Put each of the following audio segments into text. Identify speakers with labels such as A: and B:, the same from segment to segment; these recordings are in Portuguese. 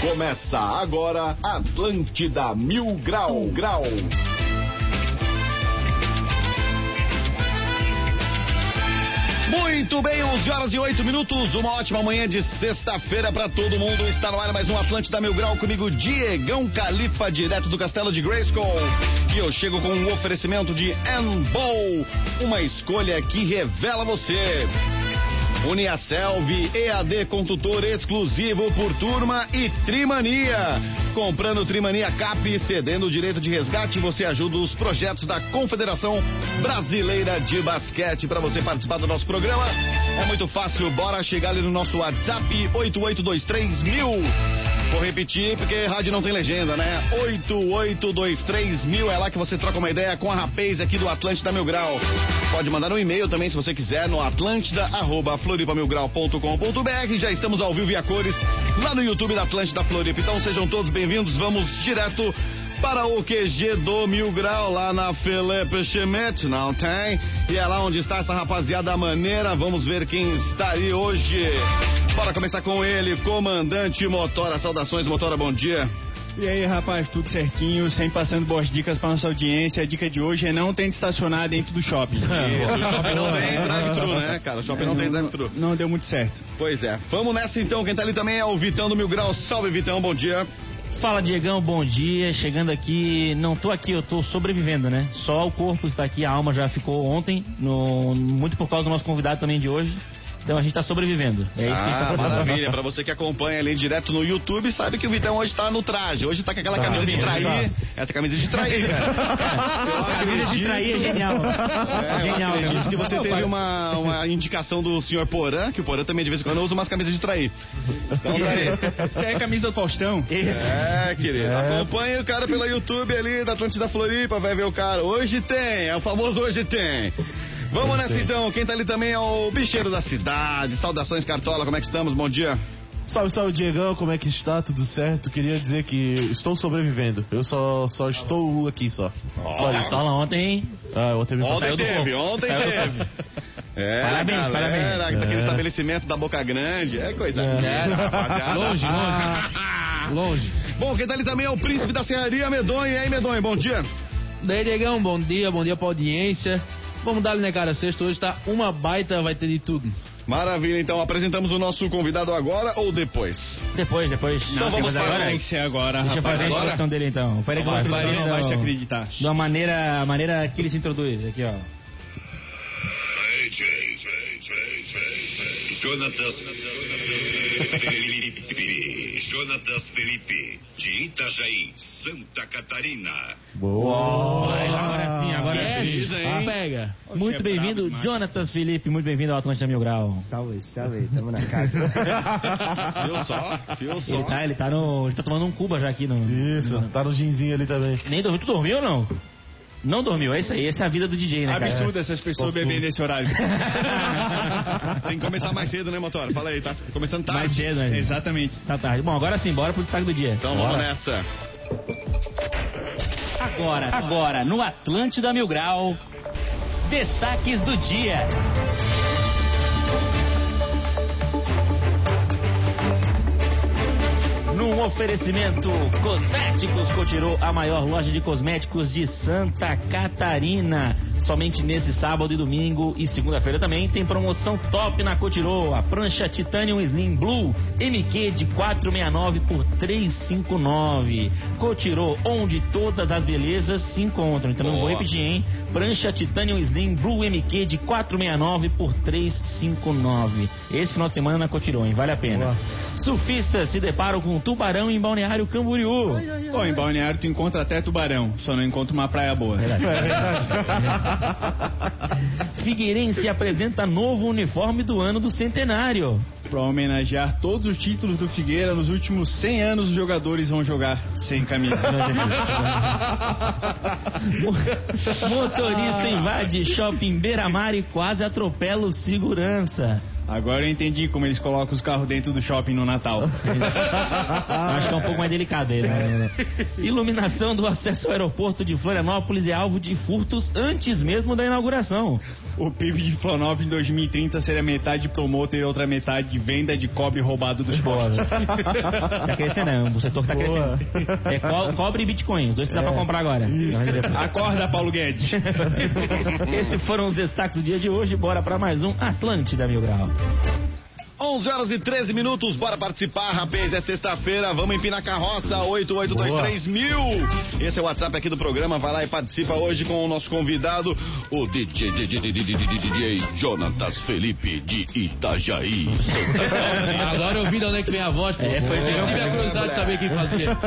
A: Começa agora Atlântida Mil Grau Grau. Muito bem, 11 horas e 8 minutos, uma ótima manhã de sexta-feira pra todo mundo. Está no ar mais um Atlântida Mil Grau comigo, Diegão Califa, direto do Castelo de Grayskull. E eu chego com um oferecimento de Enbow, uma escolha que revela você. Uniaselv EAD com tutor exclusivo por turma e Trimania. Comprando Trimania Cap e cedendo o direito de resgate, você ajuda os projetos da Confederação Brasileira de Basquete. Para você participar do nosso programa, é muito fácil. Bora chegar ali no nosso WhatsApp 8823 mil. Vou repetir, porque rádio não tem legenda, né? 8823 mil é lá que você troca uma ideia com a rapaz aqui do Atlântida Mil Grau. Pode mandar um e-mail também, se você quiser, no atlântida.floripamilgrau.com.br. Já estamos ao vivo e a cores lá no YouTube da Atlântida Floripa. Então sejam todos bem-vindos, vamos direto para o QG do Mil Grau, lá na Felipe Schmidt, não tem? E é lá onde está essa rapaziada maneira, vamos ver quem está aí hoje. Bora começar com ele, comandante Motora. Saudações, Motora, bom dia.
B: E aí, rapaz, tudo certinho, sem passando boas dicas para nossa audiência. A dica de hoje é não tente estacionar dentro do shopping. É,
A: Isso, o shopping não tem drive-thru, né, cara? O shopping não tem drive-thru.
B: Não deu muito certo.
A: Pois é, vamos nessa então. Quem tá ali também é o Vitão do Mil Grau. Salve, Vitão, bom dia.
C: Fala Diegão, bom dia. Chegando aqui, não tô aqui, eu tô sobrevivendo, né? Só o corpo está aqui, a alma já ficou ontem, no- muito por causa do nosso convidado também de hoje. Então a gente tá sobrevivendo. É isso que a gente tá
A: Ah,
C: fazendo.
A: maravilha. Pra você que acompanha ali direto no YouTube, sabe que o Vitão hoje tá no traje. Hoje tá com aquela camisa de trair.
C: Tá.
A: Essa camisa de trair, cara. Eu
C: Camisa de
A: acredito-
C: trair é genial.
A: É,
C: É
A: eu
C: genial.
A: acredito que você teve uma, uma indicação do senhor Porã, que o Porã também de vez em quando usa umas camisas de trair. Então tá aí.
B: Isso aí é a camisa do Faustão?
C: Isso.
A: É, querido. Acompanha o cara pela YouTube ali da Atlântida Floripa, vai ver o cara. Hoje tem, é o famoso hoje tem. Vamos nessa então, quem tá ali também é o bicheiro da cidade. Saudações, Cartola, como é que estamos? Bom dia.
D: Salve, salve, Diegão, como é que está? Tudo certo? Queria dizer que estou sobrevivendo. Eu só, só estou aqui, só. Só
C: Olha,
D: isso.
C: só lá ontem, hein?
D: Ah, eu ontem me
A: Ontem
C: Saiu do
A: teve,
C: fogo.
A: ontem
C: Saiu do
A: teve. É,
C: Parabéns,
A: galera,
C: parabéns.
A: Daquele
D: É.
A: estabelecimento da Boca Grande, é coisa linda, rapaziada. Ah.
C: Longe,
A: longe.
C: Longe.
A: Bom, quem tá ali também é o príncipe da serraria, Medonho. E aí, Medonho, bom dia.
E: Daí, Diegão, bom dia, bom dia pra audiência. Vamos dar, né, cara? Sexta hoje tá uma baita, vai ter de tudo.
A: Maravilha, então apresentamos o nosso convidado agora ou depois?
C: Depois, depois.
A: Então
C: Não,
A: vamos
C: mas agora-
A: para-
B: Tem que ser agora,
C: Deixa eu
B: rapaz.
C: fazer a
A: agora-
C: introdução dele então. Peraí que eu vou
B: Vai, vai,
C: introduzir
B: não
C: ele
B: vai
C: da-
B: se acreditar.
C: De uma maneira, a maneira que ele se introduz, aqui ó.
F: Jonatas Felipe. Jonatas Felipe, de Itajaí, Santa Catarina.
D: Boa!
C: Agora sim, agora sim.
E: Ah, Pega.
C: Muito
B: é brabo
C: bem-vindo,
B: demais.
C: Jonatas Felipe, muito bem-vindo ao Atlântica Mil Grau.
D: Tá
G: Salve, salve, tamo na casa.
A: Viu só? Viu
C: Ele
A: só?
C: tá, ele tá no. Ele tá tomando um Cuba já aqui no.
D: Isso, tá no ginzinho ali também.
C: Nem dormiu. Tu dormiu ou não? Não dormiu, é isso aí. Essa é a vida do DJ, né, cara?
B: Absurdo essas pessoas bebendo nesse horário.
A: Tem que começar mais cedo, né, Motora? Fala aí, tá começando tarde.
C: tá- Mais cedo, né?
B: Exatamente.
C: Tá tarde. Bom, agora sim, bora pro destaque do dia.
A: Então vamos nessa.
C: Agora, agora, no Atlântida Mil Grau, destaques do dia. Num oferecimento, Cosméticos Cotirô, a maior loja de cosméticos de Santa Catarina. Somente nesse sábado e domingo e segunda-feira também tem promoção top na Cotirô. A prancha Titanium Slim Blue MQ de 469 por 359. Cotirô, onde todas as belezas se encontram. Então não vou
A: Boa.
C: repetir, hein? Prancha Titanium Slim Blue MQ de 469 por 359. Esse final de semana na Cotirô, hein? Vale a pena. Surfistas se deparam com um tubarão em Balneário Camboriú.
B: Bom, em Balneário tu encontra até tubarão, só não encontra uma praia boa.
A: É.
C: Figueirense apresenta novo uniforme do ano do centenário.
B: Pra homenagear todos os títulos do Figueira, nos últimos 100 anos os jogadores vão jogar sem camisa.
C: Motorista invade shopping Beira-Mar e quase atropela o segurança.
B: Agora eu entendi como eles colocam os carros dentro do shopping no Natal.
C: Acho que é um pouco mais delicado ele. né? Iluminação do acesso ao aeroporto de Florianópolis é alvo de furtos antes mesmo da inauguração.
B: O PIB de Florianópolis em 2030 será metade de promotor e outra metade de venda de cobre roubado dos pobres.
C: Tá crescendo, é um setor que tá
D: Boa. É.
C: crescendo. É co- cobre e Bitcoin, os dois que dá pra comprar agora.
B: Acorda, Paulo Guedes.
C: Esses foram os destaques do dia de hoje. Bora pra mais um Atlântida Mil Grau.
A: 11 horas e 13 minutos, bora participar, rapaz. É sexta-feira, vamos empinar a carroça, 8823 mil. Esse é o WhatsApp aqui do programa, vai lá e participa hoje com o nosso convidado, o DJ, DJ, DJ, DJ Jonatas Felipe de Itajaí.
E: Agora eu vi de onde é que vem a voz, pô.
C: É, foi
E: eu
C: Diego.
E: tive a curiosidade de saber quem fazia.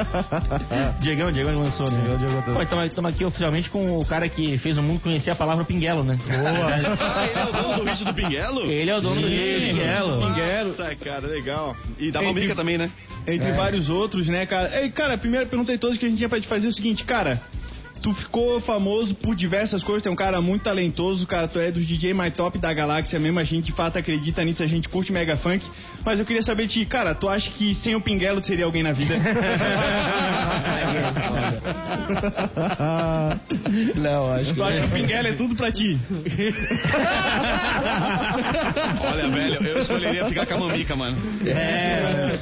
C: Diegão, Diegão lançou, né?
D: Diegão, Diegão lançou.
C: Pô, então estamos aqui oficialmente com o cara que fez o mundo conhecer a palavra pinguelo, né?
A: Ah, ele é o dono do vídeo do Pinguelo?
C: Ele é o dono do
B: Sim.
C: pinguelo.
A: Nossa, cara, legal. E da Mamica também, né?
G: É.
B: Entre vários outros, né, cara? Ei, cara, a primeira pergunta de todas que a gente tinha pra te fazer é o seguinte, cara. Tu ficou famoso por diversas coisas, tem um cara muito talentoso, cara, tu é dos DJ mais top da galáxia mesmo, a gente de fato acredita nisso, a gente curte mega funk, mas eu queria saber de ti, cara, tu acha que sem o Pinguelo tu seria alguém na vida?
G: Não, acho que.
B: tu acha que o Pinguelo é tudo pra ti?
A: Olha, velho, eu escolheria ficar com a Mamica, mano.
C: É,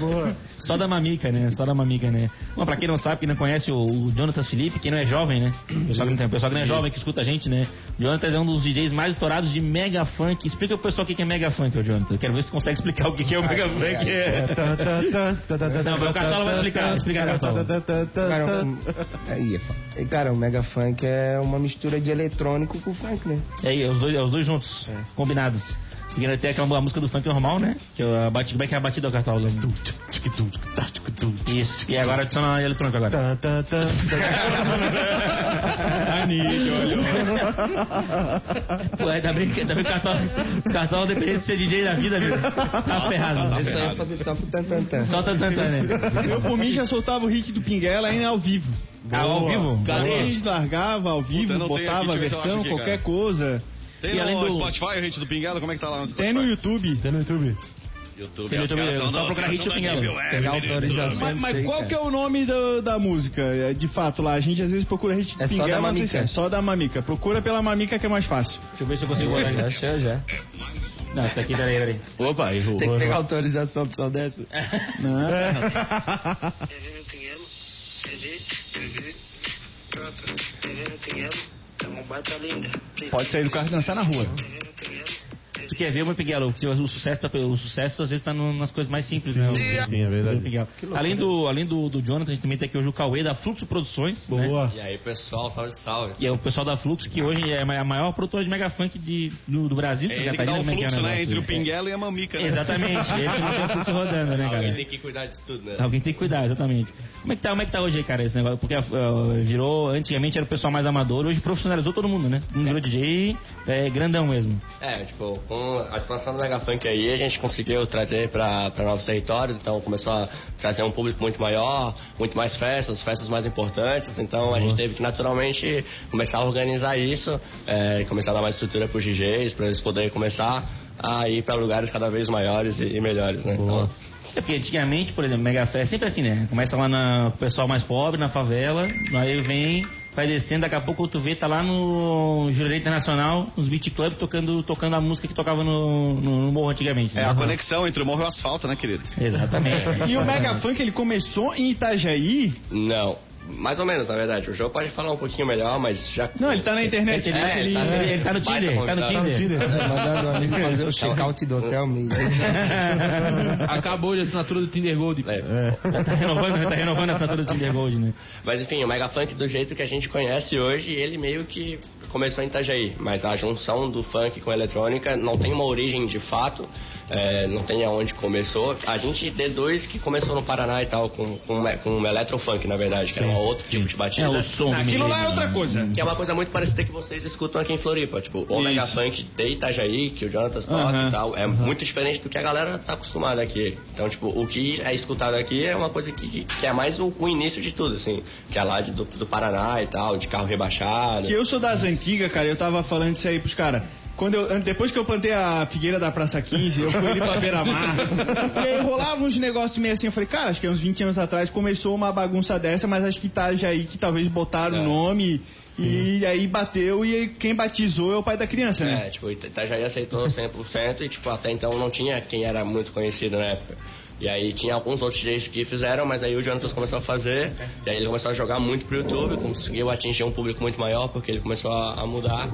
C: só da mamica, né? Só da mamica, né? Bom, pra quem não sabe, quem não conhece o, o Jonatas Felipe, quem não é jovem, né? O pessoal que não, tem- o pessoal que não é jovem, que escuta a gente, né? O Jonatas é um dos DJs mais estourados de Mega Funk. Explica pro pessoal o que que é Mega Funk, ô Jonatas. Eu Quero ver se tu consegue explicar o que que é o Mega Funk. Não, mas o Cartola vai explicar, explicar, Cartola.
G: Cara, um- aí, é fa- e, cara, o Mega Funk é uma mistura de eletrônico com funk, né?
C: É aí, os dois, os dois juntos, combinados. Porque né, tem aquela música do funk normal, né? Que é a batida, como é que é a batida, Cartola? Isso, e agora adiciona a eletrônica agora. Pô, ainda bem que ainda bem que o cartão, os cartão dependendo de ser DJ da vida, viu? Tá ferrado.
G: Isso aí é fazer só pro tan, tan, tan.
C: Só tá tentando, né?
B: Eu por mim já soltava o hit do Pinguela ainda ao vivo.
C: Ah, ao vivo?
B: Cadê? Largava ao vivo,
A: Puta, não tem aqui,
B: botava a
A: deixa eu ver se eu
B: versão,
A: acho aqui,
B: qualquer
A: cara.
B: coisa.
A: Tem
C: E além
A: no
C: do-
A: Spotify o hit do Pinguelo? Como é que tá lá no Spotify?
B: Tem no YouTube.
D: Tem no YouTube.
A: YouTube.
C: Tem no
A: os
C: YouTube,
A: caras são
C: só
A: da-
C: procurar
A: os caras
C: hit do
A: são da
C: Pinguelo.
A: Deep Web,
G: Pegar
A: menino.
G: autorização.
B: Mas,
G: Não
B: mas
G: sei,
B: qual
G: cara.
B: que é o nome do- da música? É, De fato, lá a gente às vezes procura a gente
G: É só da
B: mas não sei
G: Mamica.
B: se é só da mamica. Procura pela mamica que é mais fácil.
C: Deixa eu ver se eu consigo olhar.
G: Já achou, já.
C: Não, isso aqui, peraí, peraí.
D: Opa, errou.
G: Tem que pegar autorização pra só dessa.
B: É. Pode sair do carro e dançar na rua.
C: Tu quer ver o Pinguelo? Porque O sucesso, tá, o sucesso às vezes tá no- nas coisas mais simples, né? O-
D: Sim, é
C: o
D: verdade.
C: Pinguelo. Além do, além do, do Jonathan, a gente também tem aqui hoje o Cauê da Fluxo Produções, né?
D: Boa.
H: E aí, pessoal, salve, salve.
C: E é o pessoal da Fluxo, que hoje é a maior produtora de mega funk de, do, do Brasil.
A: É
C: Santa
A: ele que dá
C: Catarina,
A: o
C: como é que é o
A: fluxo, né?
C: negócio?
A: Entre o
C: É.
A: Pinguelo e a Mamica, né?
C: Exatamente, ele que mantém o fluxo rodando, né,
H: Alguém
C: cara?
H: tem que cuidar disso tudo, né?
C: Alguém tem que cuidar, exatamente. Como é que tá, como é que tá hoje aí, cara, esse negócio? Porque eh, virou, antigamente era o pessoal mais amador, hoje profissionalizou todo mundo, né? Todo mundo virou DJ, é, grandão mesmo.
H: É, tipo, com a expansão do Mega Funk aí, a gente conseguiu trazer pra, pra novos territórios, então começou a trazer um público muito maior, muito mais festas, festas mais importantes, então a gente teve que naturalmente começar a organizar isso, é, e começar a dar mais estrutura pros DJs, pra eles poderem começar a ir pra lugares cada vez maiores e, e melhores, né? Então,
C: É porque antigamente, por exemplo, mega festa, é sempre assim, né? Começa lá na o pessoal mais pobre, na favela, aí vem, vai descendo, daqui a pouco tu vê, tá lá no Jurerê Internacional, nos beat club, tocando, tocando a música que tocava no, no, no morro antigamente. né?
A: É a conexão entre o morro e o asfalto, né, querido?
C: Exatamente.
B: E o Mega Funk ele começou em Itajaí.
H: não, mais ou menos, na verdade. O jogo pode falar um pouquinho melhor, mas já...
B: Não, ele tá na internet.
C: Ele,
H: É,
C: ele,
H: tá-
C: ele, ele tá no
H: baita
C: Tinder, tá no
H: convidado.
C: Tinder.
G: Mandando um amigo fazer o check-out do hotel mesmo.
E: Acabou de assinatura do Tinder Gold.
H: É,
C: Tá renovando, né? Tá renovando a assinatura do Tinder Gold, né?
H: Mas enfim, o Mega Funk do jeito que a gente conhece hoje, ele meio que começou em Itajaí. Mas a junção do funk com a eletrônica não tem uma origem de fato, é, não tem aonde começou. A gente deduz que começou no Paraná e tal, com, com, com o eletrofunk, na verdade, que era um outro tipo de batida.
C: É som.
A: Aquilo lá é outra coisa.
H: Que é uma coisa muito parecida que vocês escutam aqui em Floripa. Tipo, o Mega Funk de Itajaí, que o Jonathan toca
B: Aham.
H: e tal, é muito diferente do que a galera tá acostumada aqui. Então, tipo, o que é escutado aqui é uma coisa que, que é mais o, o início de tudo, assim. Que é lá de- do, do Paraná e tal, de carro rebaixado.
B: Que eu sou das antigas, cara, eu tava falando isso aí pros caras. Quando eu, an- depois que eu plantei a figueira da Praça 15, eu ele pra beira-mar. E aí rolava uns negócios meio assim. Eu falei, cara, acho que uns 20 anos atrás começou uma bagunça dessa, mas acho que tá já aí que talvez botaram o nome. E aí bateu, e aí quem batizou é o pai da criança, né?
H: É, tipo, Ita- Itajaí aceitou 100% e, tipo, até então não tinha quem era muito conhecido na época. E aí tinha alguns outros DJs que fizeram, mas aí o Jonatas começou a fazer, e aí ele começou a jogar muito pro YouTube, conseguiu atingir um público muito maior, porque ele começou a, a mudar.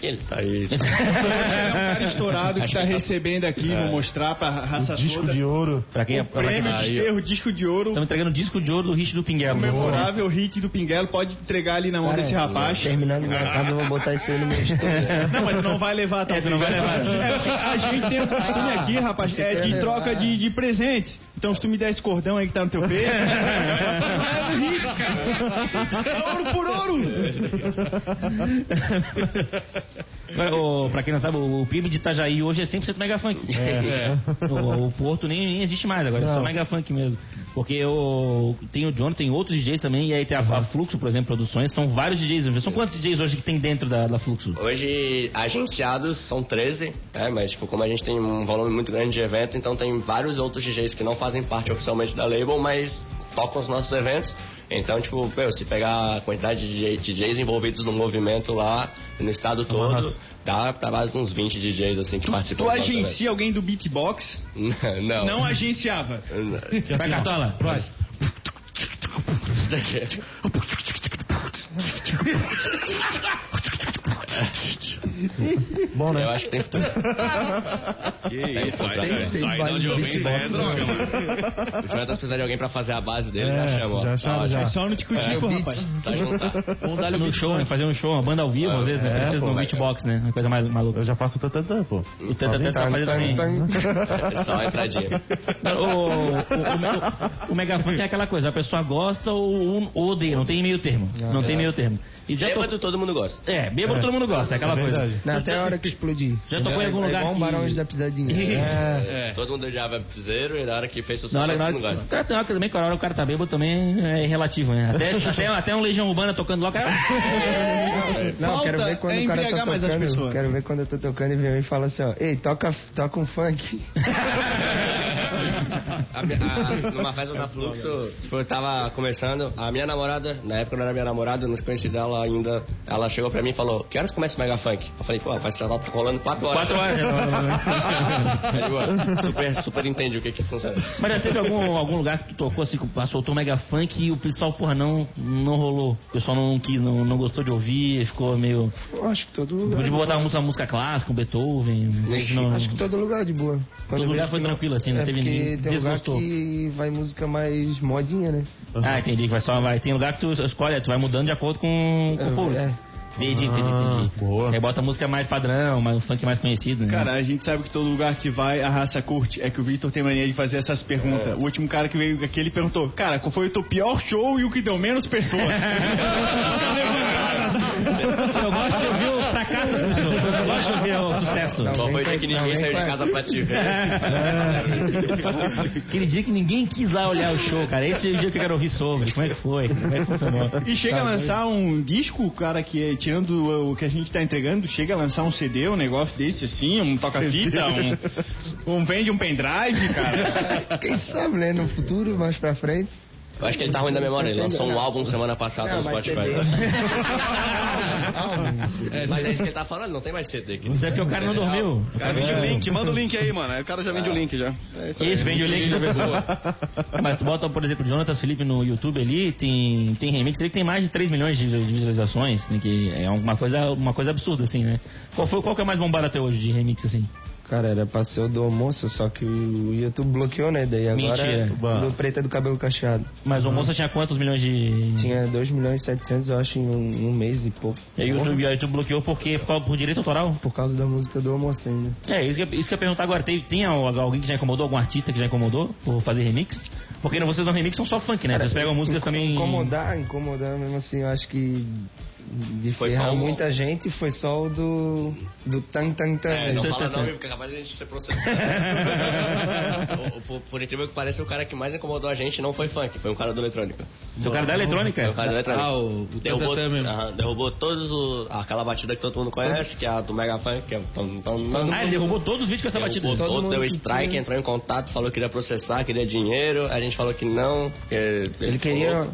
H: E ele tá aí.
B: É um cara estourado que
H: Acho
B: tá
H: que tá-
B: recebendo aqui, vou mostrar pra raça
D: Disco
B: toda.
D: de ouro.
C: Pra quem é. pra quem-
B: Prêmio de esterro, disco de ouro,
C: Estamos entregando disco de ouro do Hit do Pinguelo.
B: memorável hit do Pinguelo. Pode entregar ali na mão desse rapaz.
G: Terminando minha casa, eu vou botar isso aí no meu estúdio.
B: Não, mas tu não vai levar, tá?
C: É, tu não vai levar.
B: a gente tem um costume aqui, rapaz, é de troca de, de presentes. Então, se tu me der esse cordão aí que tá no teu peito, é um hit, cara. É ouro por ouro.
C: Agora, ô, pra quem não sabe, o, o PIB de Itajaí hoje é 100% mega funk. É. O, o Porto nem, nem existe mais agora, é só mega funk mesmo. Porque o, tem o John, tem outros DJs também, e aí tem a, a Fluxo, por exemplo, produções, são vários DJs. São quantos DJs hoje que tem dentro da, da Fluxo?
H: Hoje, agenciados são 13, né? mas tipo, como a gente tem um volume muito grande de evento, então tem vários outros DJs que não fazem parte oficialmente da label, mas tocam os nossos eventos. Então, tipo, meu, se pegar a quantidade de DJ DJs envolvidos no movimento lá, no estado todo, dá pra base de uns 20 DJs assim que participam.
B: Tu
H: do nosso evento.
B: agencia alguém do beatbox?
H: Não.
B: Não agenciava.
C: Vai, Cartola. Próximo.
H: é tipo,
D: Bom, né?
H: Eu acho que tem futuro.
A: Que isso,
H: isso,
A: sai,
H: tem-
A: sai,
G: tem
A: sai de onde eu venho, isso aí é droga, mano.
H: O Jonathan precisa de alguém pra fazer a base dele,
D: É,
H: já chamou.
D: já chama, já.
B: Só no
C: É.
B: tico-tico, rapaz.
H: Só juntar.
E: Vamos dar-lhe
C: No
E: um
C: show, né? Fazer um show, uma banda ao vivo, às vezes, né? Precisa
H: É, pô,
C: no
H: vai,
C: beatbox, né? Uma coisa mais maluca.
D: Eu já faço tantantan, pô.
C: O Teta Teta tá fazendo também.
H: É só uma entradinha.
C: Agora, O, o, o, o megafone é aquela coisa, a pessoa gosta ou, ou odeia, não tem meio termo. Não tem meio termo. E já to-
H: é. Bêbado todo mundo gosta.
C: É, bêbado todo mundo gosta, é aquela coisa.
G: Não, até a hora que explodir.
C: Já tocou em algum
G: é
C: lugar
G: igual um
C: que-
G: barões da pisadinha. É.
C: Isso.
H: Todo mundo já vai pro piseiro e na hora que fez sucesso,
C: Na hora,
H: todo
C: na hora,
H: mundo gosta.
C: cara, tem hora que também, cara, a hora que o cara tá bêbado também é relativo, né? Até, até, até um Legião Urbana tocando lá, o cara.
G: Não,
B: Falta
G: quero ver quando
B: é
G: o cara tá
B: embriagar mais as
G: tocando.
B: pessoas.
G: Quero ver quando eu tô tocando e vem alguém e fala assim, ó, ei, toca, toca um funk.
H: A minha- a- numa festa da Fluxo, tipo, eu tava começando, a minha namorada, na época não era minha namorada, eu não conheci dela ainda, ela chegou pra mim e falou, que horas começa o Mega Funk? Eu falei, pô, vai estar rolando 4 horas.
C: Quatro horas.
H: Ele, "Ué, super, super entendi o que que funciona.
C: Mas já teve algum, algum lugar que tu tocou assim, que soltou mega funk e o pessoal, porra, não, não rolou. O pessoal não quis, não, não gostou de ouvir, ficou meio.
G: Eu acho que todo
C: Podia
G: lugar,
C: botar uma música, música clássica, um Beethoven.
H: Ixi,
C: não,
G: acho que todo lugar é de boa.
C: todo
G: Quando eu
C: lugar
G: vejo
C: foi
G: que não-
C: tranquilo, assim, não
G: É
C: teve
G: porque
C: ninguém.
G: tem lugar
C: Desgostou.
G: que vai música mais modinha, né?
C: Ah, entendi, que vai só vai. Tem lugar que tu escolhe, tu vai mudando de acordo com, com o público.
G: É.
C: Entendi, entendi, entendi.
D: boa.
C: Aí bota a música mais padrão, mais, um funk mais conhecido, né?
B: Cara, a gente sabe que todo lugar que vai, a raça curte. É que o Victor tem mania de fazer essas perguntas.
C: É.
B: O último cara que veio aqui, ele perguntou, cara, qual foi o teu pior show e o que deu menos pessoas?
C: eu gosto de ouvir o fracasso das pessoas. Eu gosto de ouvir o sucesso.
G: Não,
H: Só
G: nem
H: foi dia
G: faz-
H: que
G: não,
H: ninguém
G: nem
H: saiu de
G: faz.
H: casa pra te ver.
C: Aquele dia que ninguém quis lá olhar o show, cara. Esse é o dia que eu quero ouvir sobre. Como é que foi? Como é que funcionou?
B: E chega a lançar um disco, cara, que é, tirando o que a gente tá entregando, chega a lançar um CD, um negócio desse assim, um toca-fita, um, um vende um pendrive, cara.
G: Quem sabe, né? No futuro, mais pra frente.
H: Eu acho que ele tá ruim da memória, ele lançou um álbum semana passada no
G: Não, mas
H: Spotify.
G: CD.
H: É, Mas é isso que ele tá falando, não tem mais CD aqui.
C: Mas é porque o cara não dormiu.
A: O cara vende o link, manda o link aí, mano. Aí O cara já vende o link já. Então, É isso aí.
C: Esse vende o link da pessoa. Mas tu bota, por exemplo, o Jonathan Felipe no YouTube ali, tem, tem remix ali que tem mais de 3 milhões de de visualizações, né, que é uma coisa, uma coisa absurda, assim, né? Qual, foi, qual que é o mais bombado até hoje de remix, assim?
G: Cara, era passeio do almoço, só que o YouTube bloqueou, né? Daí agora,
C: Mentira.
G: do preta do cabelo cacheado.
C: Mas o almoço tinha quantos milhões de...
G: Tinha 2 milhões e 700, eu acho, em um, um mês e pouco.
C: E aí o YouTube, o YouTube bloqueou porque, por, por direito autoral?
G: Por causa da música do almoço ainda.
C: É, isso que, eu- isso que eu ia perguntar agora. Tem, tem al- alguém que já incomodou, algum artista que já incomodou por fazer remix? Porque não, vocês não remix são só funk, né? Vocês pegam músicas também...
G: Incomodar, incomodar mesmo assim, eu acho que de
H: Foi só
G: ferrar
H: um.
G: muita gente, foi só o do. do tan tan tan.
H: É, não fala não, porque é capaz de a gente ser processado. O- o- por, por incrível que pareça, o cara que mais incomodou a gente não foi funk, foi um cara do eletrônico.
C: Seu cara da
H: Foi o
C: eletrônica?
H: cara do eletrônico.
E: Ah, o- o
H: derrubou,
E: TTT mesmo.
H: aham, derrubou todos os. aquela batida que todo mundo conhece, que é a do Mega Funk, que é. Tom, tom, tom,
C: Ah, ele derrubou todos os vídeos com
G: é
C: essa batida.
H: Derrubou todo,
G: mundo
H: deu
G: que
H: strike,
G: tinha.
H: entrou em contato, falou que queria processar, queria dinheiro. A gente falou que não, porque.
G: Ele queria.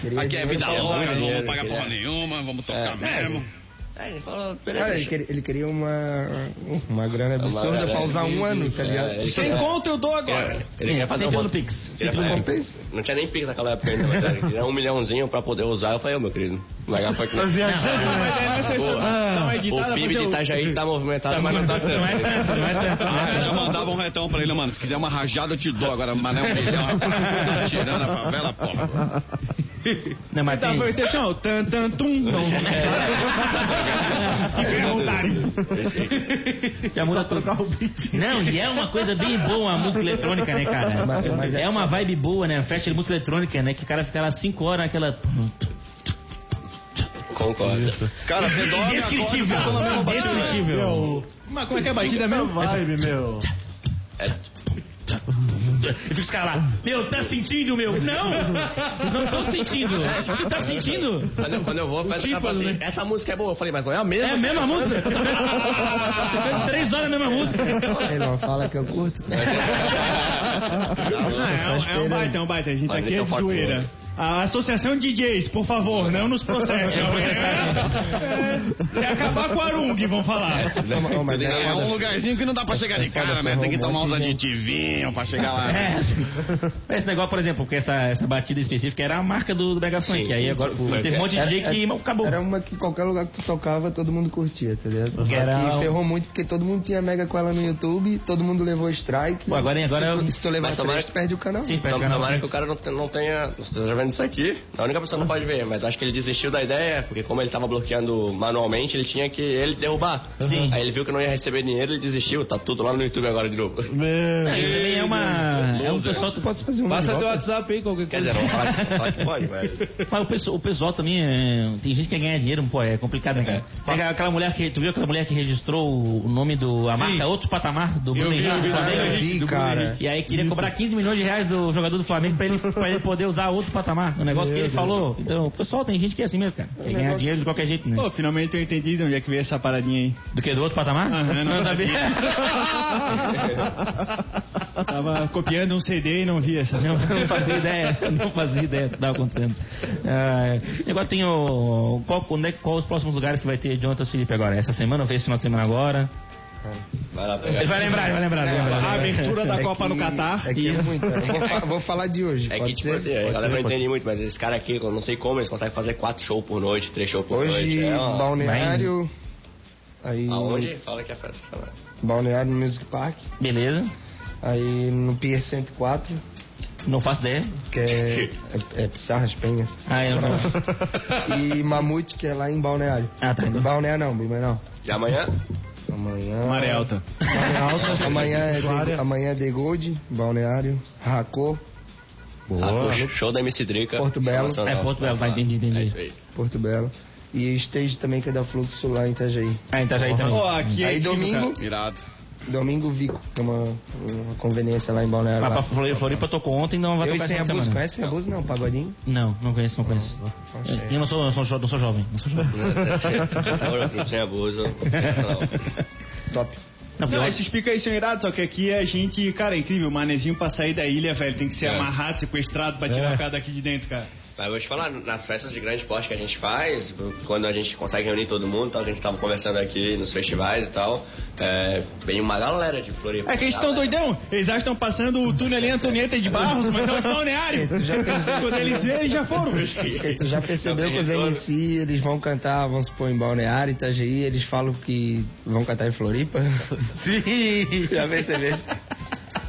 G: queria
H: Aqui é
G: dinheiro
H: vida
G: pra-
H: louca.
A: Olha, não vou
H: dinheiro,
A: pagar
H: queria.
A: porra nenhuma, vamos tocar
H: É.
A: mesmo.
H: É, ele falou,
G: Cara, ele queria, ele queria uma, uma grana absurda
H: grana
G: pra usar um
H: absurda,
G: ano, tá ligado?
H: é, isso
G: Sem
H: é.
G: conta eu dou agora.
H: Ele queria fazer um
C: sempre
H: bot-
C: no Pix.
H: queria
G: Não
H: fazer-
G: compensa.
H: Não tinha nem Pix naquela época ainda, mas era- queria um milhãozinho pra poder usar. Eu falei, ô meu querido, legal pra que não. É.
B: é
H: Ah, O PIB de Itajaí tá movimentado, mas não tá
C: é
H: tanto.
A: Ah, eu já mandava um retão pra ele, mano. Se quiser uma rajada, eu te dou. Agora, mas não é um milhão. rapaz. Tirando a favela, porra.
C: Não, mas
B: Tá,
C: tem...
B: foi atenção, ó, tan, tan, tum, tum.
C: Já muda tudo. Não, e é uma coisa bem boa a música eletrônica, né, cara?
G: Mas- mas
C: é...
G: é-
C: uma vibe boa, né? Festa de música eletrônica, né? Que o cara fica lá 5 horas naquela.
H: Concordo.
A: Cara, você dorme agora, você
C: Indescritível!
A: tá na mesma batida.
C: Indescritível!
B: Mas como é que é a batida mesmo?
D: Vibe, meu.
C: E fica os caras lá, meu, tá sentindo, meu? Não! Não tô sentindo! Tu tá sentindo?
H: Quando eu, quando eu vou, a festa
C: Tipo,
H: tipo, assim,
C: né?
H: essa música é boa. Eu falei, mas não é a mesma.
C: É a mesma música? Tô tocando 3 horas a mesma música.
G: Ele não É, fala que eu curto.
B: Não, é, um- é um baita, é um baita. A gente tá
H: Mas
B: aqui
H: deixa
B: é
H: eu
B: de
H: falar com
B: zoeira.
H: ele.
B: A Associação de DJs, por favor, não nos processem. É, é acabar com a Arung, vão falar.
G: Não, mas é
A: É um
G: foda.
A: lugarzinho que não dá pra chegar de cara, né? Tem que tomar uns aditivinhos pra chegar lá. né?
C: É. Esse negócio, por exemplo, porque essa, essa batida específica era a marca do, do Mega Funk.
H: Sim,
C: aí
H: sim,
C: agora
H: tipo,
C: teve um monte de DJ que
G: era-
C: acabou.
G: Era uma que qualquer lugar que tu tocava, todo mundo curtia, tá ligado? Só
C: Era um-
G: que ferrou muito porque todo mundo tinha mega com ela no YouTube, todo mundo levou strike.
C: Pô, agora- agora-
G: se, tu, se tu levar
H: Mas
G: três,
H: tomara-
G: tu perde o canal.
C: Sim, pega o
H: Então,
C: canal.
H: tomara que o cara não, te- não tenha. Você tá vendo isso aqui? A única pessoa que não pode ver, mas acho que ele desistiu da ideia, porque como ele tava bloqueando manualmente, ele tinha que ele derrubar.
C: Sim.
H: Aí ele viu que não ia receber dinheiro, ele desistiu, tá tudo lá no YouTube agora de novo.
D: Meu.
C: Aí também é uma. É um
H: Loser.
C: pessoal.
G: Posso fazer um
E: Passa
G: negócio?
E: teu WhatsApp aí, qualquer
H: Quer
E: coisa.
H: dizer, não vou falar que, falar que pode, mas.
C: Mas o pessoal, o pessoal também. é, tem gente que quer ganhar dinheiro, pô, é complicado, né, cara? Pega aquela mulher que. Tu viu aquela mulher que registrou o nome do. A marca Outro Patamar do Bruno Henrique do
G: Ah, eu
C: Flamengo?
G: vi, cara.
C: E aí queria cobrar 15 milhões de reais do jogador do Flamengo pra ele, pra ele poder usar outro patamar. O negócio que ele falou. Então, o pessoal, tem gente que é assim mesmo, cara. Quer ganhar dinheiro de qualquer jeito, né?
B: Pô, finalmente eu entendi de onde é que veio essa paradinha aí.
C: Do que? Do outro patamar?
B: Aham, não
C: não sabia.
B: Tava copiando um CD e não vi essa.
C: Não, não fazia ideia, não fazia ideia do que estava acontecendo. Ah, e agora tem o. Qual, quando é, qual os próximos lugares que vai ter Jonathan Felipe agora? Essa semana ou fez final de semana agora?
H: Vai lá
C: Ele
H: pegar.
C: vai lembrar, ele vai lembrar. ele vai lembrar.
B: A abertura da
G: É
B: Copa
G: que-
B: no Catar.
G: É que é
C: Isso.
G: muito. Eu Vou, fa- vou falar de hoje.
H: É que,
G: pode
H: tipo
G: ser?
H: assim, a galera não entende muito, mas esse cara aqui, eu não sei como, eles conseguem fazer quatro shows por noite, três shows por noite.
G: Hoje,
H: É uma-
G: Balneário. Aí,
H: Aonde? Fala que é festa. fala.
G: Balneário Music Park.
C: Beleza,
G: Aí no Pier 104,
C: não faço ideia.
G: que é, é, é Pissarras Penhas.
C: Ah, eu não faço.
G: E Mamute, que é lá em Balneário.
C: Ah, tá.
G: Balneário não, Bimenal.
H: E amanhã?
G: Amanhã.
B: Maré alta.
G: Maré alta. amanhã, é de, amanhã é The Gold, Balneário, Racô,
H: Ah, show- show da MC Drica.
G: Porto Belo.
H: Show
C: É,
H: nacional.
C: Porto Belo, vai, entendi,
H: É
C: entendi.
H: isso aí.
G: Porto Belo. E Stage também, que é da Fluxo lá em Itajaí.
C: Ah, então já aí também.
B: Pô, aqui é
G: Aí
B: tipo,
G: domingo,
A: Irado.
G: domingo Vico, que é uma, uma conveniência lá em Balneário.
C: Mas pra
G: Lá.
C: Flor- Floripa tocou ontem, não vai
G: Eu
C: tocar
G: e sem
C: essa semana.
G: abuso, conhece sem abuso não, pagodinho?
C: Não, não conheço, não conheço.
G: achei.
C: Eu não sou, não sou, jo- não sou jovem, não sou jovem.
H: Olha, grupo sem abuso. sensacional.
G: Top.
C: Não, porque
B: Não,
C: eu-
B: esses picos aí são irados, só que aqui a gente, cara, é incrível, o manezinho pra sair da ilha, velho, tem que ser
H: É.
B: amarrado, sequestrado pra tirar o cara daqui de dentro, cara.
H: Mas vou te falar, nas festas de grande porte que a gente faz, quando a gente consegue reunir todo mundo, tal, a gente tava conversando aqui nos festivais e tal, é, vem uma galera de Floripa.
B: É que eles estão
H: Galera.
B: doidão, eles já estão passando o
C: é
B: túnel ali Antonieta de Barros, mas é o balneário. Quando eles vêem, eles já foram.
G: Porque tu já percebeu
H: Já
G: que os
H: tem
G: MC, eles vão cantar, vão supor, em Balneário, Itajaí, eles falam que vão cantar em Floripa? Sim! Já percebeu isso?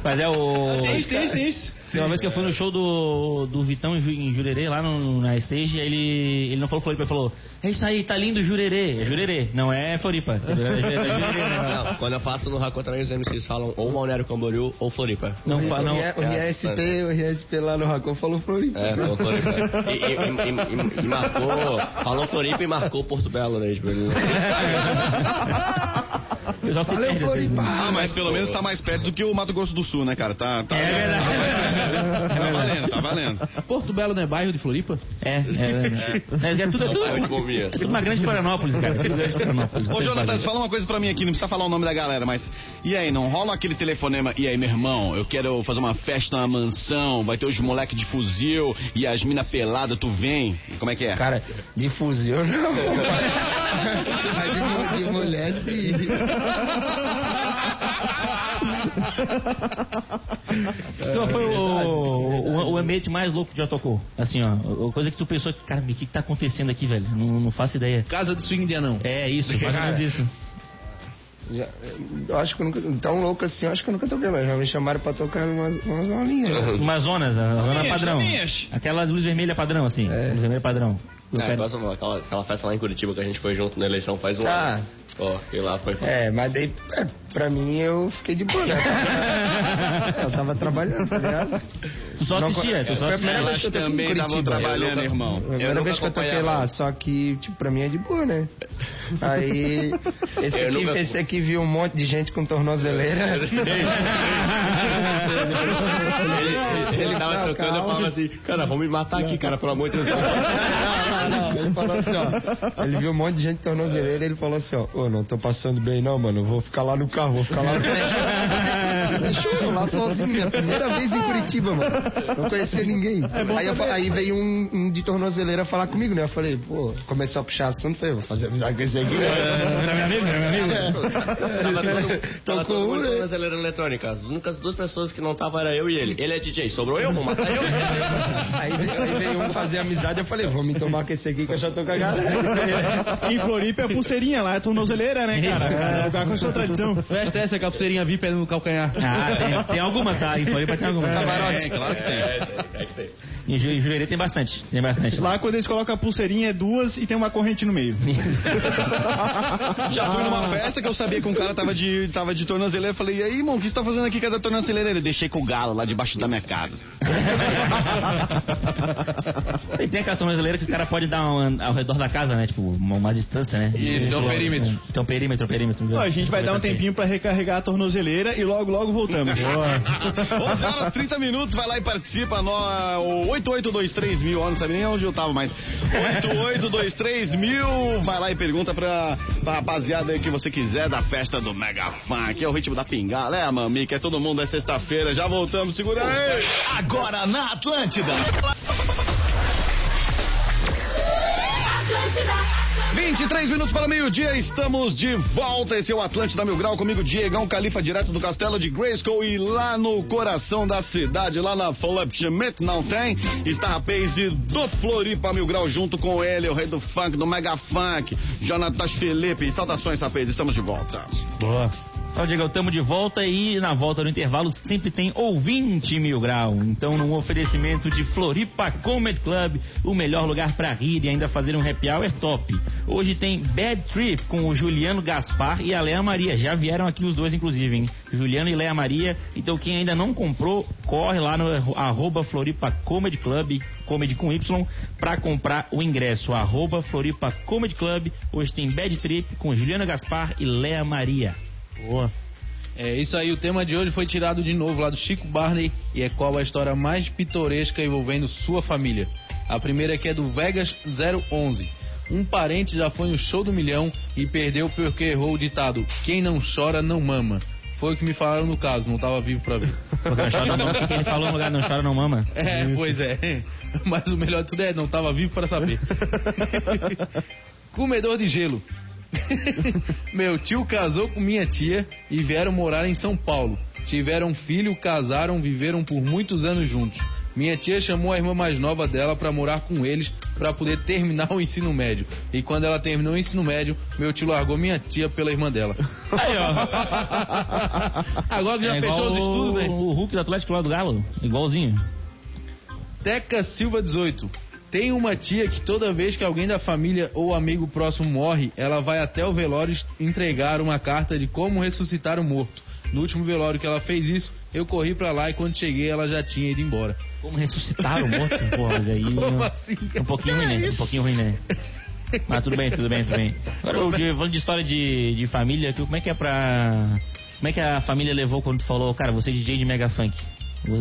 C: Mas é o.
B: Tem isso, tem isso, tem isso.
C: Tem uma vez que eu fui no show do, do Vitão em Ju- em Jurerê, lá no- na stage, ele, ele não falou Floripa, ele falou: É isso aí, tá lindo Jurerê. É Jurerê, não é Floripa. É Jurerê, é Jurerê o negócio.
H: Não, quando eu faço no Racotra, os MCs falam ou Balneário Camboriú ou Floripa.
C: Não, fa- não,
G: O RSP, o RSP lá no Racon falou Floripa.
H: É, falou Floripa. E, e- e- e- e- e marcou. Falou Floripa e marcou Porto Belo, né? Tipo, ele-
C: eu já se
G: Valeu,
C: perde, assim.
G: Floripa!
A: Ah, mas pelo menos tá mais perto do que o Mato Grosso do Sul, né, cara? Tá, tá,
C: É verdade.
A: tá valendo, tá valendo.
E: Porto Belo não é bairro de Floripa?
C: É, é, é. É, é tudo, é tudo,
H: Bairro de Bombinhas.
C: é tudo uma grande Florianópolis, cara. É tudo grande Florianópolis.
A: Ô, Jonatas, fala uma coisa pra mim aqui, não precisa falar o nome da galera, mas. E aí, não rola aquele telefonema? E aí, meu irmão, eu quero fazer uma festa na mansão, vai ter os moleque de fuzil e as mina pelada, tu vem? Como é que é?
G: Cara, de fuzil não. Mas de, mu- de mulher sim.
C: Então foi o, o, o ambiente mais louco que já tocou. Assim, ó, o- a coisa que tu pensou, que, cara, o que, que tá acontecendo aqui, velho? Não, não faço ideia.
E: Casa de swing de anão.
C: É isso, mais ou menos isso.
G: Já- eh, eu acho que eu nunca. Tão louco assim, eu acho que eu nunca toquei, mas já me chamaram pra tocar umas, umas aulinhas. né?
H: Uhum.
C: Uma zona, a zona
B: Minhas,
C: padrão.
B: minhas.
C: Aquela luz vermelha padrão, assim. Luz vermelha padrão. Eu
H: É,
C: quero-
H: igual essa- aquela, aquela festa lá em Curitiba que a gente foi junto na eleição faz um
G: Ah.
H: ano. Ó, e lá foi.
G: É, mas daí, é, pra mim, eu fiquei de boa, né? Eu tava trabalhando, tá ligado?
C: Tu só
G: Não,
C: assistia, tu
A: é,
C: só
G: foi a primeira
C: assistia.
G: vez que eu toquei em
A: também estavam
G: Curitiba.
A: trabalhando,
H: Eu nunca-
A: irmão.
G: Foi a primeira
H: nunca
G: vez que eu toquei
H: acompanhava.
G: lá, só que, tipo, pra mim é de boa, né? Aí, esse
H: Eu
G: aqui,
H: nunca- É.
G: esse aqui viu um monte de gente com tornozeleira. né?
H: Ele, ele tava
G: Não,
H: trocando, eu
G: calma.
H: falava assim, cara, vamos me matar aqui, cara, pelo amor de Deus.
G: Não, não, não, ele falou assim, ó. Ele viu um monte de gente tornozeleira ele falou assim, ó. Ô, não tô passando bem não, mano. Vou ficar lá no carro, vou ficar lá no carro. Deixou eu lá sozinho, minha primeira vez em Curitiba, mano. Não conhecia ninguém. aí, eu fa- aí veio um, um de tornozeleira falar comigo, né? Eu falei, pô, começou a puxar assunto, falei, vou fazer amizade com esse aqui.
B: É,
G: né?
C: Era meu amigo, era meu amigo.
H: Tava todo, tava
G: Tocou
H: todo
G: um,
H: mundo
G: É. né?
H: na acelera eletrônica. As únicas duas pessoas que não tava era eu e ele. Ele é DJ, sobrou eu, vou matar eu.
G: Aí, veio- aí veio um fazer amizade, eu falei, vou me tomar com esse aqui que eu já tô com a galera.
B: Em Floripa é pulseirinha, lá é tornozeleira, né, cara? É um lugar com a sua tradição.
E: O STS é capuceirinha VIP no calcanhar.
C: Ah, tem, tem algumas, tá? Em Floripa tem algumas.
A: Camarote, claro que tem.
H: É, é que tem.
C: Em Ju- em Jureira tem bastante, tem bastante.
B: Lá quando eles colocam a pulseirinha é duas e tem uma corrente no meio.
A: Já fui numa festa que eu sabia que um cara tava de, tava de tornozeleira. Eu falei, e aí, irmão, o que você tá fazendo aqui? Cadê a tornozeleira? Ele deixei com o galo lá debaixo da minha casa.
C: E tem aquela tornozeleira que o cara pode dar um- ao redor da casa, né? Tipo, uma, uma distância, né?
A: Isso, tem um perímetro.
C: Tem um perímetro, perímetro.
B: Ó, a gente vai dar um tempinho pra recarregar a tornozeleira e logo, logo voltamos.
A: 11 horas 30 minutos, vai lá e participa. No, o 8823 mil, ó, não sabe nem onde eu tava, mas 8823 mil, vai lá e pergunta pra, pra rapaziada aí que você quiser da festa do Mega Funk. É o ritmo da pingala, é a mamica, é todo mundo, é sexta-feira. Já voltamos, segura aí. Agora na Atlântida. 23 minutos para o meio-dia, estamos de volta. Esse é o Atlântida Mil Grau, comigo Diegão Califa, direto do castelo de Grayskull e lá no coração da cidade, lá na Philip Schmidt, não tem? Está a Paige do Floripa Mil Grau, junto com ele, o rei do funk, do mega funk, Jonatas Felipe. Saudações, Paige, estamos de volta.
C: Boa. Então, Diego, estamos de volta e na volta do intervalo sempre tem ouvinte mil grau. Então, num oferecimento de Floripa Comedy Club, o melhor lugar para rir e ainda fazer um happy hour top. Hoje tem Bad Trip com o Juliano Gaspar e a Lea Maria. Já vieram aqui os dois, inclusive, hein? Juliano e Lea Maria. Então, quem ainda não comprou, corre lá no arroba Floripa Comedy Club, Comedy com Y, para comprar o ingresso. Arroba Floripa Comedy Club. Hoje tem Bad Trip com Juliana Gaspar e Lea Maria. Boa.
E: É isso aí, o tema de hoje foi tirado de novo lá do Chico Barney e é qual a história mais pitoresca envolvendo sua família. A primeira aqui é do Vegas 011. Um parente já foi no show do milhão e perdeu porque errou o ditado: quem não chora não mama. Foi o que me falaram no caso, não tava vivo pra ver.
C: Porque não chora não. O que que ele falou no lugar do não chora não mama?
E: É, pois é. Mas o melhor de tudo é, não tava vivo para saber. Comedor de gelo. Meu tio casou com minha tia e vieram morar em São Paulo. Tiveram um filho, casaram, viveram por muitos anos juntos. Minha tia chamou a irmã mais nova dela para morar com eles para poder terminar o ensino médio. E quando ela terminou o ensino médio, meu tio largou minha tia pela irmã dela.
C: Aí, ó.
E: Agora que já
C: É
E: fechou
C: igual
E: os estudos, né?
C: O Hulk do Atlético lá do Galo. Igualzinho.
E: Teca Silva 18. Tem uma tia que toda vez que alguém da família ou amigo próximo morre, ela vai até o velório est- entregar uma carta de como ressuscitar o morto. No último velório que ela fez isso, eu corri pra lá e quando cheguei ela já tinha ido embora.
C: Como ressuscitaram o morto? Porra, mas aí.
E: Como
C: ó,
E: assim, cara?
C: Um pouquinho ruim, né? Um pouquinho ruim, né? Mas tudo bem, tudo bem, tudo bem. Agora, eu, de- falando de história de, de família, tu- como é que é pra. Como é que a família levou quando tu falou, cara, você é DJ de Mega Funk?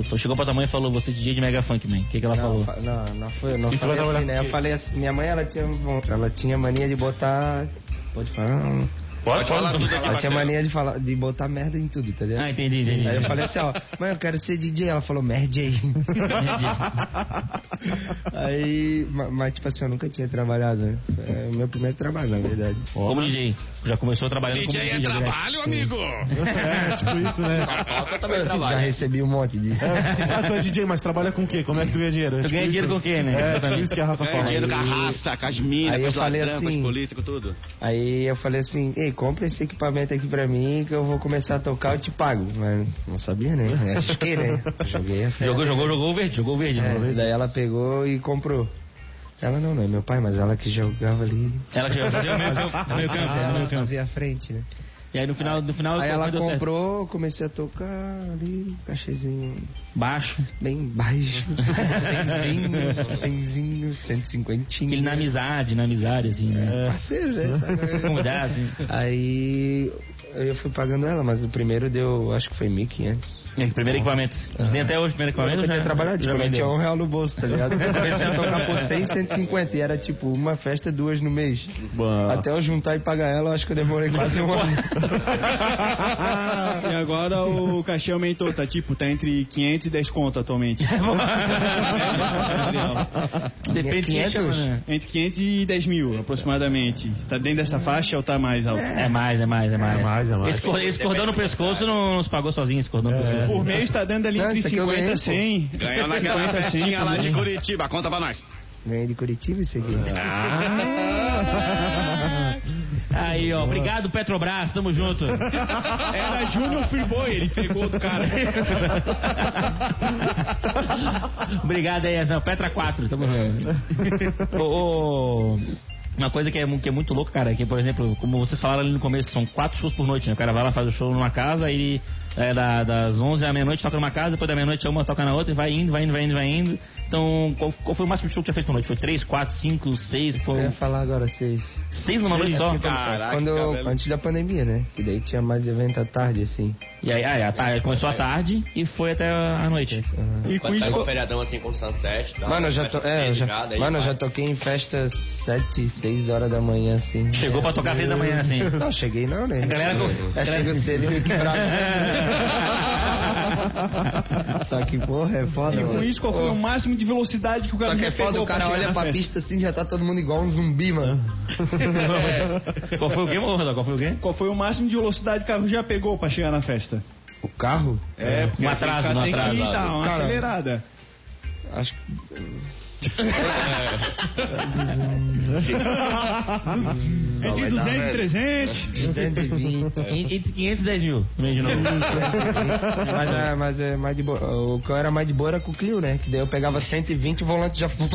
C: Tu Chegou pra tua mãe e falou, você é DJ de Mega Funk, mãe. O que, que ela
G: Não,
C: falou?
G: fa- não, não foi, eu não
D: E tu vai
G: falei
D: trabalhar
G: assim, né?
D: com
G: Eu
D: quê?
G: falei assim, minha mãe, ela tinha, von- ela tinha mania de botar... Pode falar? Não.
A: Pode falar tudo aqui,
G: Ela tinha
A: parceiro.
G: mania de, falar, de botar merda em tudo, tá ligado?
C: Ah, entendi, entendi.
G: Aí eu falei assim, ó, mãe, eu quero ser DJ. Ela falou, merda aí. aí, ma- mas tipo assim, eu nunca tinha trabalhado, né? É o meu primeiro trabalho, na verdade.
C: Como DJ. Já começou trabalhando como
F: DJ
C: DJ.
F: é
C: direto.
F: trabalho, amigo.
D: É, tipo isso, né?
G: Já recebi um monte disso.
D: Ah, tu é DJ, mas trabalha com o quê? Como é que tu ganha dinheiro? É
C: Tu
D: tipo
C: ganha
D: isso.
C: dinheiro com quem, né?
D: É, isso que a raça
A: É,
D: fala.
A: dinheiro com a raça, com as minas,
G: Aí
A: com
G: eu
A: os
G: falei
A: ladrão, com os
G: assim-
A: políticos, tudo.
G: Aí eu falei assim, ei, compra esse equipamento aqui pra mim que eu vou começar a tocar, eu te pago. Mas não sabia, né? Achei, né? Joguei a fé.
C: Jogou, jogou, jogou o verde, jogou o verde. né?
G: É, daí ela pegou e comprou. Ela não, não, é meu pai, mas ela que jogava ali.
C: Ela que fazia o meu campo, meu campo,
G: Fazia-
C: meu campo.
G: fazia a frente, né?
C: E aí no final, no final
G: Aí ela
C: deu certo.
G: comprou, comecei a tocar ali, cachezinho
C: baixo.
G: bem baixo. Cenzinho, cenzinho, 150.
C: Aquele na amizade, na amizade, assim, né?
G: Parceiro, né? sabe?
C: Como dá, assim.
G: Aí eu fui pagando ela, mas o primeiro deu, acho que foi 1.500.
C: É, primeiro equipamento. Tem até hoje o primeiro
G: Eu
C: equipamento.
G: nunca
C: já-
G: tinha trabalhado,
C: já
G: tipo, eu
C: vendeu.
G: tinha um real no bolso, tá ligado? Eu comecei a tocar por 100, 150 e era tipo uma festa, duas no mês. Até eu juntar e pagar ela, eu acho que eu demorei quase um ano.
B: E agora o cachê aumentou, tá tipo, tá entre 500 e 10 conto atualmente.
C: Depende de quem chama, né?
B: Entre 500 e 10 mil, aproximadamente. Tá dentro dessa faixa ou tá mais alto?
C: É mais, é mais, é mais.
D: É mais, é mais.
C: Esse, cor- esse cordão no pescoço não nos pagou sozinho, esse cordão no pescoço.
B: Por mês tá dando ali
G: Não,
B: entre
G: isso aqui eu
B: 50
G: ganhei,
B: e
G: pô.
B: 100.
A: Ganhou naquela
B: 50,
A: festinha
B: 100
A: lá de
B: também.
A: Curitiba, conta pra nós.
G: Ganhei de Curitiba esse aqui.
C: Aí, ó, obrigado Petrobras, tamo junto.
B: Era Júnior Freeboy, ele pegou do cara.
C: obrigado aí, Azão. Petra 4, tamo junto. Ô, ô, Uma coisa que é, mu- que é muito louco, cara, é que, por exemplo, como vocês falaram ali no começo, são quatro shows por noite, né? O cara vai lá, faz o show numa casa, aí é, da- das 11 à meia-noite toca numa casa, depois da meia-noite uma toca na outra, e vai indo, vai indo, vai indo, vai indo. Então, qual, qual foi o máximo de show que você fez por noite? Foi três, quatro, cinco, seis?
G: Eu
C: Foi
G: ia falar agora, vocês.
C: seis numa noite só?
A: Caraca,
G: Quando eu-
A: velho.
G: antes da pandemia, né? Que daí tinha mais evento à tarde, assim.
C: E aí, aí, a tarde, começou a tarde e foi até a noite.
G: Aham.
B: E com isso,
H: um feriadão assim como Sunset. Tá?
G: Mano, eu já, to...
H: Fecha
G: é, eu
H: cedo
G: já...
H: já, daí
G: Mano, eu
H: vai.
G: já toquei em festas 7, 6 horas da manhã, assim.
C: Chegou pra tocar às seis da manhã, assim.
G: Não, cheguei não, né?
C: galera com-
G: É, chegou cedo e que bravo. Só que, porra, é foda,
B: e com
G: mano.
B: isso qual foi o máximo de velocidade que o cara
G: Só que é
B: já pegou
G: foda, o cara
B: chegar
G: olha
B: na
G: pra
B: festa?
G: pista assim, já tá todo mundo igual um zumbi, mano.
C: Qual foi o quê, Morro? Qual foi o quê?
B: Qual foi o máximo de velocidade que o carro já pegou pra chegar na festa?
G: O carro?
B: É, porque
C: Um
B: assim, o
C: atraso,
B: cara
C: um
B: tem que
C: atraso.
B: dar uma
G: Cara,
B: acelerada.
G: Acho que.
B: Entre 200 e 300.
A: É.
G: 220.
C: Entre 500 e 10 mil. Vem de novo.
G: Mas, é, mas é mais de boa. O que eu era mais de boa era com o Clio, né? Que daí eu pegava 120 e o volante já.
C: O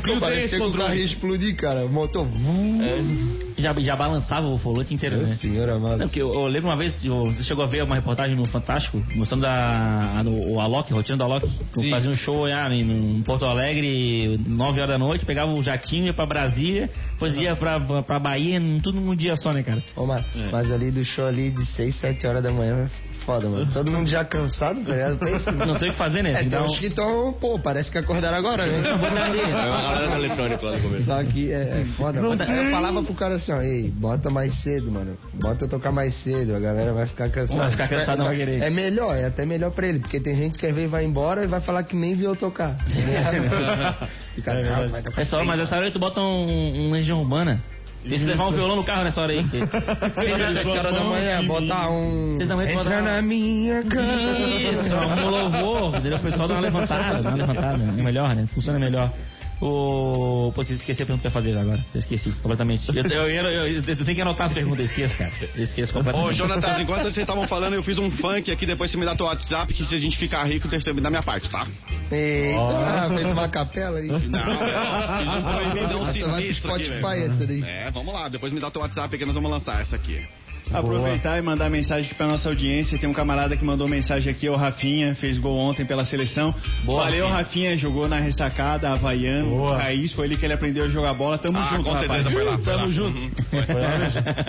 C: Clio tem esse
G: Parecia que o carro ia
C: controle.
G: explodir, cara. O motor.
C: Já, já balançava o volante inteiro, né?
G: Senhor amado.
C: Não, porque eu, eu lembro uma vez, eu- você chegou a ver uma reportagem no Fantástico, mostrando a, a- no- o Alok, a rotina do Alok, que
E: Sim.
C: fazia um show ah, em, em Porto Alegre, 9 horas da noite, pegava o jatinho, ia pra Brasília, depois ia pra, pra, pra Bahia, tudo num dia só, né, cara?
G: Ô, mano, mas ali do show ali de 6, 7 horas da manhã, foda, mano. Todo mundo já cansado, tá ligado? Pensa, mano.
C: Não tem o que fazer, né?
G: É,
C: Tem um que
G: tem
C: dar um-
G: uns que estão, pô, parece que acordaram agora, né?
C: botar ali.
H: Aí uma galera é no eletrônico lá no começo.
G: Só que é, é foda, mano. Aí eu falava pro cara assim, ó, ei, bota mais cedo, mano. Bota eu tocar mais cedo, a galera vai ficar cansada.
C: Vai ficar cansada, não vai querer.
G: É melhor, é até melhor pra ele, porque tem gente que às vezes vai embora e vai falar que nem viu eu tocar. Tá
C: É
G: Fica, calmo, vai tocar
C: Essa hora, mas essa hora tu bota um, um Legião Urbana. Deixa eu levar um violão no carro nessa hora aí.
G: Sete horas da manhã, Então, botar um.
C: Vocês da manhã
G: Entra
C: botar-
G: na minha cama.
C: Isso, um louvor, entendeu? O pessoal dá uma levantada, dá uma levantada. É melhor, né? Funciona melhor. O... Pô, eu esqueci a pergunta que eu ia fazer já agora. Eu esqueci completamente. Eu, eu, eu- eu- eu tenho que anotar as perguntas, eu esqueço, cara. Eu esqueço
A: Ô,
C: completamente.
A: Jonathan, enquanto vocês estavam falando, eu fiz um funk aqui, depois você me dá teu WhatsApp, que se a gente ficar rico, tem que ser da minha parte, tá?
G: Eita, ah, fez uma capela aí.
A: Não, não, não, proibidão
G: Essa vai pro
A: sinistro aqui,
G: Spotify
A: velho.
G: essa daí.
A: É, vamos lá, depois me dá teu WhatsApp que nós vamos lançar essa aqui.
B: Aproveitar e mandar mensagem aqui pra nossa audiência. Tem um camarada que mandou mensagem aqui, é o Rafinha, fez gol ontem pela seleção.
C: Boa,
B: Valeu, Rafinha. jogou na ressacada, Havaiano,
D: Boa.
B: Raiz, foi ele que ele aprendeu a jogar bola. Tamo
A: Ah,
B: junto,
A: com
B: rapaz.
A: certeza, foi lá. Foi lá.
E: Tamo junto.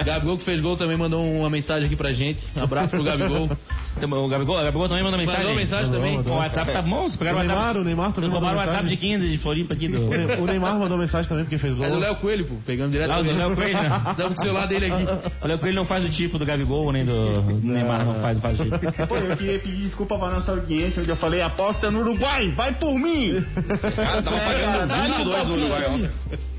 E: Gabigol que fez gol também mandou uma mensagem aqui pra gente. Um abraço pro Gabigol.
C: Então, O Gabigol, o Gabigol também manda mensagem.
E: Mandou mensagem também?
C: O WhatsApp tá bom, vocês
D: O
C: pegaram o
D: Neymar,
C: WhatsApp.
D: o Neymar também
C: Vocês
D: mandou
C: roubaram o WhatsApp de
D: mensagem.
C: 15 de Floripa aqui do.
D: O Neymar mandou mensagem também porque fez gol.
E: É do Léo Coelho, pô. Pegando direto.
C: Lá do Léo Coelho, né?
E: Tamo com o celular dele aqui.
C: O Léo Coelho não faz o tipo do Gabigol, nem do do Neymar, não faz, não faz o tipo.
B: Pô, eu queria pedir desculpa pra nossa audiência, onde eu falei aposta no Uruguai, vai por mim! É
A: Cara, Ah, tava pagando 22 no Uruguai ontem.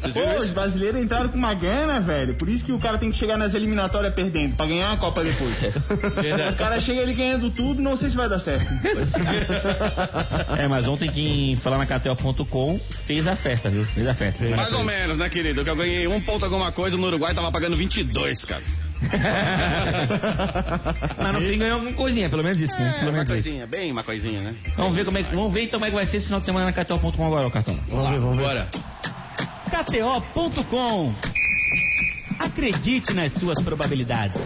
A: Vocês viram
B: Pô, os
A: isso?
B: brasileiros entraram com uma gana, velho. Por isso que o cara tem que chegar nas eliminatórias perdendo, pra ganhar a Copa depois.
A: É.
B: o cara chega ali ganhando tudo, não sei se vai dar certo.
C: É, mas ontem quem foi lá na KTO.com fez a festa, viu? Fez a festa.
A: Mais ou menos, né, querido? Que eu ganhei um ponto alguma coisa no Uruguai, tava pagando 22, cara.
C: Mas no fim ganhou alguma coisinha, pelo menos isso, né? Pelo
A: É, uma
C: menos isso.
A: coisinha, bem uma coisinha, né?
C: Vamos ver, como é, que- vamos ver então como é que vai ser esse final de semana na KTO.com agora, o cartão.
D: Vamos ver, vamos ver.
E: Bora.
C: KTO.com Acredite nas suas probabilidades.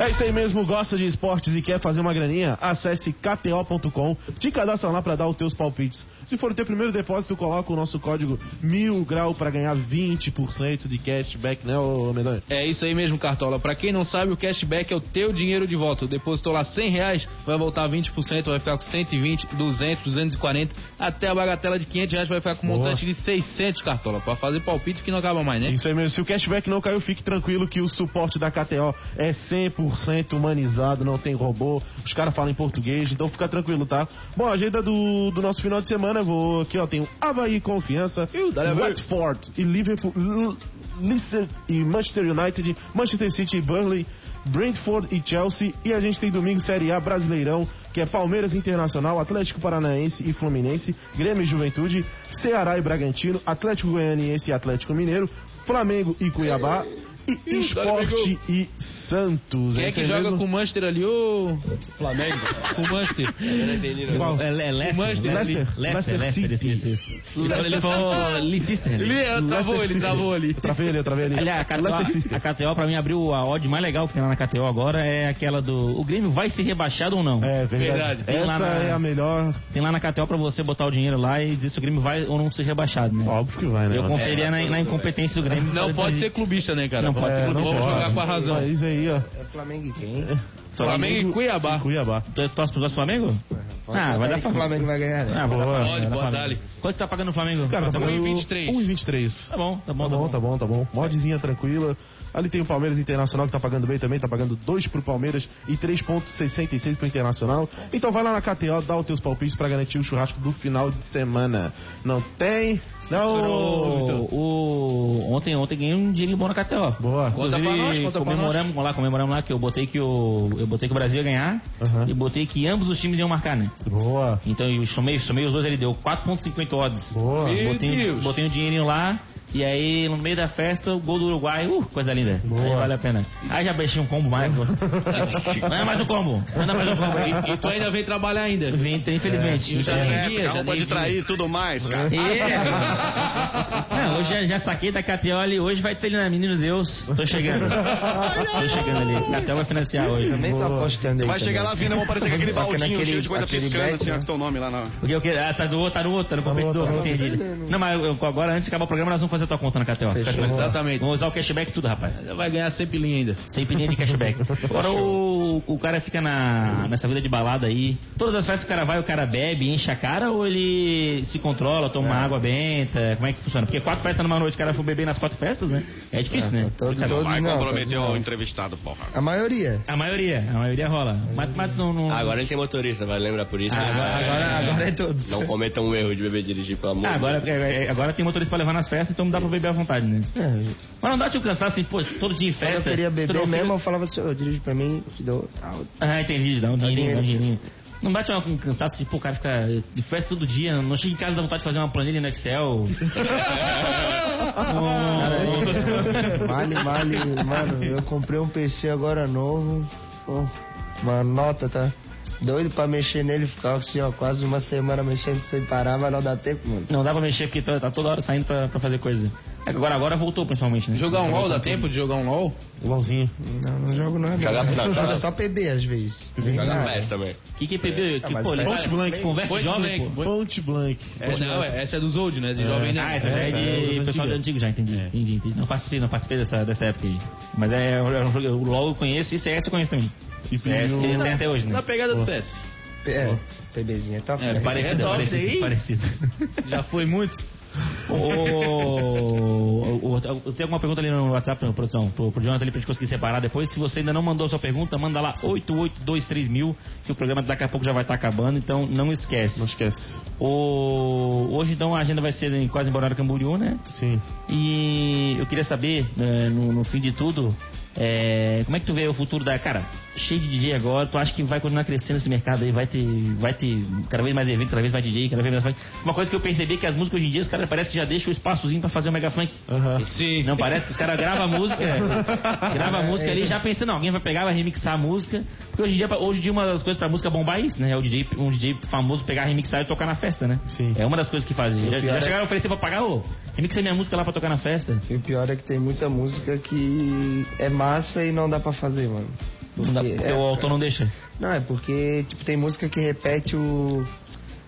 D: É isso aí mesmo, gosta de esportes e quer fazer uma graninha? Acesse kto.com, te cadastra lá pra dar os teus palpites. Se for o teu primeiro depósito, coloca o nosso código mil grau pra ganhar 20% de cashback, né, ô Medonha?
E: É isso aí mesmo, Cartola. Pra quem não sabe, o cashback é o teu dinheiro de volta. Depositou lá 100 reais, vai voltar 20%, vai ficar com 120, 200, 240, até a bagatela de 500 reais vai ficar com um
D: Boa.
E: montante de 600, Cartola. Pra fazer palpite que não acaba mais, né?
D: Isso aí mesmo, se o cashback não caiu, fique tranquilo que o suporte da KTO é 100% humanizado, não tem robô, os caras falam em português, então fica tranquilo, tá? Bom, a agenda do, do nosso final de semana, eu vou aqui, ó, tem o Havaí Confiança,
E: Ih, dá-lhe a ver.
D: Watford e Liverpool, L- Leicester e Manchester United, Manchester City e Burnley, Brentford e Chelsea, e a gente tem domingo Série A Brasileirão, que é Palmeiras Internacional, Atlético Paranaense e Fluminense, Grêmio e Juventude, Ceará e Bragantino, Atlético Goianiense e Atlético Mineiro, Flamengo e Cuiabá, e Esporte e
C: Né,
D: Santos.
E: Quem é
D: isso
E: que
D: aí
E: joga
D: mesmo?
E: com o Manchester ali, ô? Flamengo. com o Manchester.
D: Qual?
C: É, é Leicester,
E: O Manchester,
C: né?
D: Leicester,
C: Leicester,
D: Leicester
C: Leicester, isso,
D: City.
C: isso, isso. Ele falou Leicester. né?
E: Ele é, travou, ele travou ali.
D: Travei ali, eu travei ali.
C: Aliás, a KTO, a KTO pra mim abriu a odd mais legal que tem lá na KTO agora, é aquela do... O Grêmio vai ser rebaixado ou não?
D: É verdade.
E: Verdade.
C: Tem lá
D: Essa
C: na-
D: é a melhor.
C: Tem lá na KTO pra você botar o dinheiro lá e dizer se o Grêmio vai ou não ser rebaixado, né?
D: Óbvio que vai, né?
C: Eu
D: mano?
C: conferia na, na incompetência do Grêmio.
E: Não pode ser clubista, né, cara?
C: Tá Não pode ser
E: Vamos
C: clubista.
D: pode.
E: jogar com a razão.
D: Mas aí, ó.
G: É Flamengo e quem?
C: é um
E: Flamengo e Cuiabá.
D: Cuiabá.
C: Tu é torce pro Flamengo?
G: Pode
C: Ah,
G: apostar
C: vai dar
G: aí que o
C: Flamengo.
G: Flamengo vai ganhar, né?
C: Ah, vai dar Flamengo,
E: Pode,
C: vai dar
E: pode,
C: Flamengo. Quanto tá pagando o Flamengo?
D: Cara, tá pagando
E: 1,23.
D: 1,23.
C: Tá bom, tá bom,
D: Tá bom, tá bom, tá bom. Modzinha tranquila. Ali tem o Palmeiras Internacional que tá pagando bem também, tá pagando 2 pro Palmeiras e 3.66 pro Internacional. Então vai lá na KTO, dá os teus palpites pra garantir o churrasco do final de semana. Não tem? Não,
C: O,
D: Vitor.
C: o- ontem, ontem ganhei um dinheirinho bom na KTO.
D: Boa.
E: Conta pra nós, conta pra
C: comemoramos lá, comemoramos lá que eu botei que o eu botei que o Brasil ia ganhar
D: Aham.
C: e botei que ambos os times iam marcar, né?
D: Boa.
C: Então eu somei, somei os dois, ele deu 4.50 odds.
D: Boa.
E: Meu
C: Botei,
E: Deus.
C: botei um dinheirinho lá e aí no meio da festa o gol do Uruguai, uh, coisa linda.
D: Boa.
C: Aí vale a pena. Aí já baixei um combo mais. pô. Manda mais um combo. Manda mais um combo aí.
E: E tu ainda vem trabalhar ainda.
C: Vim, infelizmente.
E: já nem
A: É,
E: vi,
A: fica
E: já
A: roupa
E: nem
A: de
E: vi.
A: trair e tudo mais, cara.
C: É. Não, hoje já, já saquei da KTO ali. Hoje vai ter ali na Menino Deus. Tô chegando. Tô chegando ali. KTO vai financiar hoje. tá
G: Também tô apostando aí.
A: Vai chegar lá, as meninas vão parecer com aquele
G: né? Só que
A: baldinho
G: naquele-
A: cheio de coisa
G: aquele
A: piscando,
G: bet,
A: assim, ó,
G: né?
A: que teu nome lá na...
C: O que, o que? Ah, tá do outro, tá no outro, tá no competidor. Não entendi. Não, mas eu- agora, antes de acabar o programa, nós vamos fazer a tua conta na KTO. Fica tranquilo.
E: Exatamente.
C: Vamos usar o cashback e tudo, rapaz.
E: Vai ganhar sempre linha ainda.
C: Sem pedir de cashback. Agora o, o cara fica na, nessa vida de balada aí. Todas as festas que o cara vai, o cara bebe, enche a cara ou ele se controla, toma água benta? Como é que funciona? Porque quatro festas numa noite, o cara for beber nas quatro festas, né? É difícil, né?
G: todo-
C: Fica-
G: todo-
A: Vai
G: Não,
A: comprometer
G: não.
A: é o entrevistado, porra.
G: A maioria.
C: A maioria, a maioria rola. Mas, mas não, não-
H: Ah, agora ele tem motorista, vai lembrar por isso.
C: Ah,
H: né?
C: agora- agora-
G: agora é todos.
H: Não cometam um erro de beber e dirigir, pelo amor de
C: Ah,
H: Deus.
C: agora, é, é, agora tem motorista pra levar nas festas, então dá pra beber à vontade, né?
G: É,
C: Mas não dá te cansar assim, pô, todo dia em festa.
G: quando
C: tu
G: eu queria
C: não
G: beber
C: fica-
G: mesmo, eu falava assim, eu dirijo pra mim, te dou alto.
C: Ah, entendi, dá um dinheirinho, dá um
G: dinheiro.
C: dinheirinho. Não bate uma- um cansaço, tipo, o cara fica de festa todo dia, não chega em casa dá vontade de fazer uma planilha no Excel. Não-
G: Vale, vale, mano, eu comprei um PC agora novo, pô, uma nota, tá? Doido pra mexer nele, ficava assim, ó, quase uma semana mexendo sem parar, mas não dá tempo, mano.
C: Não dá pra mexer porque tá, tá toda hora saindo pra, pra fazer coisa. É que Agora, agora voltou principalmente, né?
E: Jogar um LOL, dá tempo de jogar um LOL?
D: LOLzinho.
G: Não, não jogo nada.
H: Jogar
G: não.
H: pra-
G: Joga só PB às vezes.
H: Joga
G: Nada.
H: festa também.
C: O que que é PB? Que,
G: mas
C: pô, ele
G: Ponte
C: fala-
D: Blank.
C: Conversa
E: Ponte
C: jovem,
E: Blank.
C: pô.
D: Ponte Blank.
E: É, não, é, essa é dos old, né? De jovem, né?
C: Ah, essa já é de pessoal antigo já, entendi.
E: É.
C: entendi, entendi. Não participei, não participei dessa, dessa época aí. Mas é, é um jogo, o LoL eu conheço e CS eu conheço também.
D: E
C: CS
D: tem
C: tem até hoje,
E: Tá Na
C: né?
E: pegada do CS.
G: É, PBzinha tá
E: É,
G: fraco.
E: parecido,
C: Parecido,
E: top aí?
C: parecido, parecido.
E: Já foi muito.
C: Ô, ô, ô, ô, tem alguma pergunta ali no WhatsApp, produção? Pro, pro Jonathan ali pra gente conseguir separar depois. Se você ainda não mandou sua pergunta, manda lá 8823 mil, que o programa daqui a pouco já vai estar acabando, então não esquece.
D: Não esquece.
C: O, hoje então a agenda vai ser em quase em Balneário Camboriú, né?
D: Sim.
C: E eu queria saber, eh, no, no fim de tudo, eh, como é que tu vê o futuro da. Cara, cheio de DJ agora, tu acha que vai continuar crescendo esse mercado aí? Vai ter, vai ter cada vez mais evento, cada vez mais DJ, cada vez mais funk. Uma coisa que eu percebi é que as músicas hoje em dia, os caras parece que já deixam o espaçozinho pra fazer o mega funk.
D: Aham.
E: Sim.
C: Não parece que os caras gravam a música, grava a música ali, já pensando, alguém vai pegar, vai remixar a música. Porque hoje em dia, hoje em dia uma das coisas pra música bombar é isso, né? É o DJ, um DJ famoso pegar, remixar e tocar na festa, né?
D: Sim.
C: É uma das coisas que fazem. Já,
G: pior
C: já
G: é-
C: chegaram a oferecer pra pagar, ô, remixa minha música lá pra tocar na festa.
G: E o pior é que tem muita música que é massa e não dá pra fazer, mano.
C: Não dá,
G: Porque
C: porque
G: é-
C: o autor não deixa.
G: Não, é porque tipo, tem música que repete o.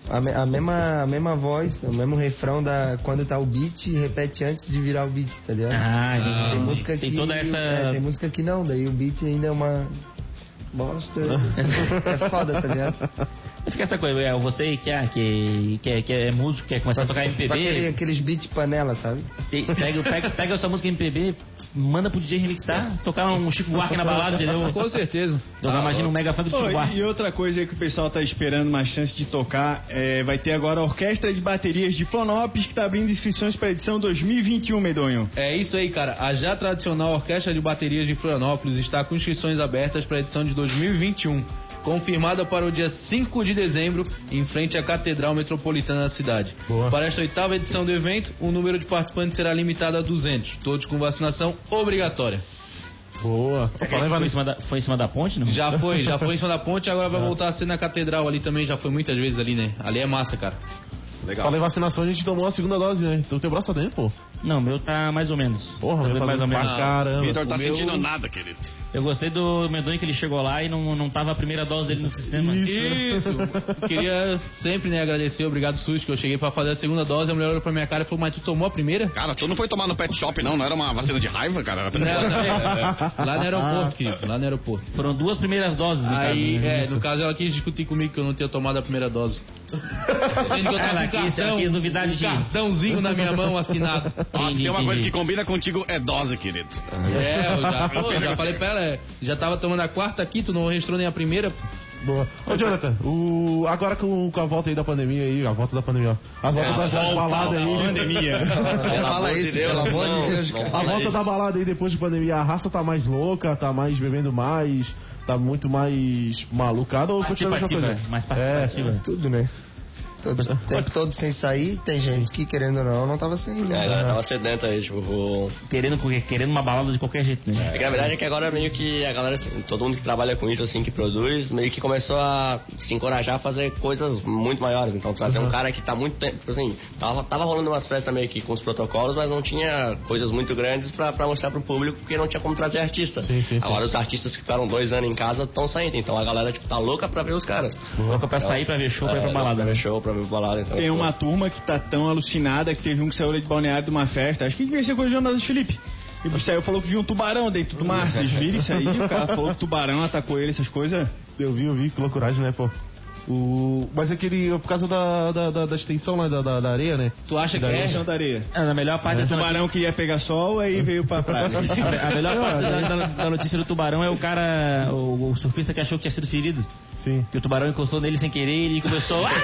G: A, me- a mesma, a mesma voz, o mesmo refrão da quando tá o beat, repete antes de virar o beat, tá ligado?
C: Ah,
E: Ah,
G: tem
C: entendi.
G: música
C: tem
G: que,
C: toda essa.
G: é, tem música que não, daí o beat ainda é uma. Bosta. é foda, tá ligado?
C: Fica essa coisa, é, você que, ah, que, que, é- que é músico, quer começar a tocar
G: Pra aquele-
C: MPB,
G: aqueles beat panela, sabe?
C: pe- pega, pega, pega essa música MPB, manda pro DJ remixar, tocar um Chico Buarque na balada, entendeu?
E: Com certeza.
C: Então, imagina um mega funk do
B: Ô,
C: Chico Buarque.
B: e outra coisa aí que o pessoal tá esperando uma chance de tocar, é, vai ter agora a Orquestra de Baterias de Flonopes que tá abrindo inscrições para edição 2021, Medonho.
E: É isso aí, cara. A já tradicional Orquestra de Baterias de Florianópolis está com inscrições abertas para a edição de 2021, confirmada para o dia 5 de dezembro, em frente à Catedral Metropolitana da cidade. Para esta oitava edição do evento, o número de participantes será limitado a 200, todos com vacinação obrigatória.
D: Boa.
C: Foi em, cima da, foi em cima da ponte, não?
E: Já foi, já foi em cima da ponte, agora vai voltar a ser na Catedral ali também, já foi muitas vezes ali, né? Ali é massa, cara.
A: Legal.
D: Falei vacinação, a gente tomou a segunda dose, né? Então teu braço tá dentro, pô.
C: Não, meu tá mais ou menos.
D: Porra,
C: Tá
D: meu tá
C: mais ou
D: doendo pra
C: menos.
D: Caramba.
A: Vitor tá
E: o meu-
A: sentindo nada, querido.
C: Eu gostei do Medonho que ele chegou lá e não, não tava a primeira dose dele no sistema.
E: Isso. Queria sempre, né, agradecer, obrigado SUS, que eu cheguei pra fazer a segunda dose, a mulher olhou pra minha cara e falou, mas tu tomou a primeira?
A: Cara, tu não foi tomar no pet shop, não? Não era uma vacina de raiva, cara? Era
E: Não,
A: a primeira-
E: não, é. Lá no aeroporto, querido, lá no aeroporto.
C: Foram duas primeiras doses, no
E: Aí,
C: caso, né?
E: é, no caso, ela quis discutir comigo que eu não tinha tomado a primeira dose. Sendo que eu tava
C: Ela
E: com um
C: quis- ela quis duvidar de
E: um
C: ti.
E: cartãozinho na minha mão assinado.
A: Nossa, tem uma
C: Entendi,
A: coisa
C: entendi.
A: que combina contigo, é dose, querido.
E: É, eu já, pô, já falei pra ela, é, já tava tomando a quarta aqui, tu não registrou nem a primeira.
D: Boa. Ô, Jonathan, o... agora com, com a volta aí da pandemia aí, a volta da pandemia, ó. É, A volta das, das baladas aí.
H: Pelo amor de Deus,
G: pelo amor de
H: não,
G: Deus,
H: não
G: cara.
D: A
H: fala
D: volta
H: isso.
D: da balada aí depois de pandemia, a raça tá mais louca, tá mais bebendo mais, tá muito mais malucada ou continua a mesma
C: Participativa,
D: coisa? É.
C: mais participativa.
G: Tudo, né? Todo,
C: tá.
G: o tempo todo sem sair, tem gente que querendo ou não, não tava sem,
H: É,
G: né?
H: a galera tava sedenta aí, tipo, o-
D: é.
C: Querendo, co- querendo uma balada de qualquer jeito, né?
H: É que na verdade é que agora meio que a galera, assim, todo mundo que trabalha com isso, assim, que produz, meio que começou a se encorajar a fazer coisas muito maiores. Então, trazer um cara que tá muito tempo, tipo assim, tava, tava rolando umas festas meio que com os protocolos, mas não tinha coisas muito grandes pra, pra mostrar pro público, porque não tinha como trazer artista.
D: Sim, sim, sim.
H: agora os artistas que ficaram dois anos em casa estão saindo, então a galera, tipo, tá louca pra ver os caras.
C: Louca pra sair, pra ver show, pra ir pra balada.
H: É, Pra
C: né?
H: ver show, pra ver balada. Então,
B: Tem
H: tipo,
B: uma turma que tá tão alucinada que teve um que saiu ali de balneário de uma festa. Acho que devia ser com o Jonas Felipe.
D: Tá.
B: E saiu falou que viu um tubarão dentro do mar. Vocês viram isso aí? O cara falou que o tubarão atacou ele, essas coisas.
D: Eu vi, eu vi, que loucuragem, né, pô? O... Mas é que ele, por causa da, da, da, da extensão lá da, da, da areia, né?
E: Tu acha que é?
B: Santa Areia.
C: É, na melhor parte
B: O
C: dessa notícia-
B: tubarão que ia pegar sol, aí veio pra praia.
C: É, A a melhor parte da, da- da notícia do tubarão é o cara, o, o surfista que achou que tinha sido ferido.
D: Sim.
C: Que o tubarão encostou nele sem querer e ele começou. "Ah!"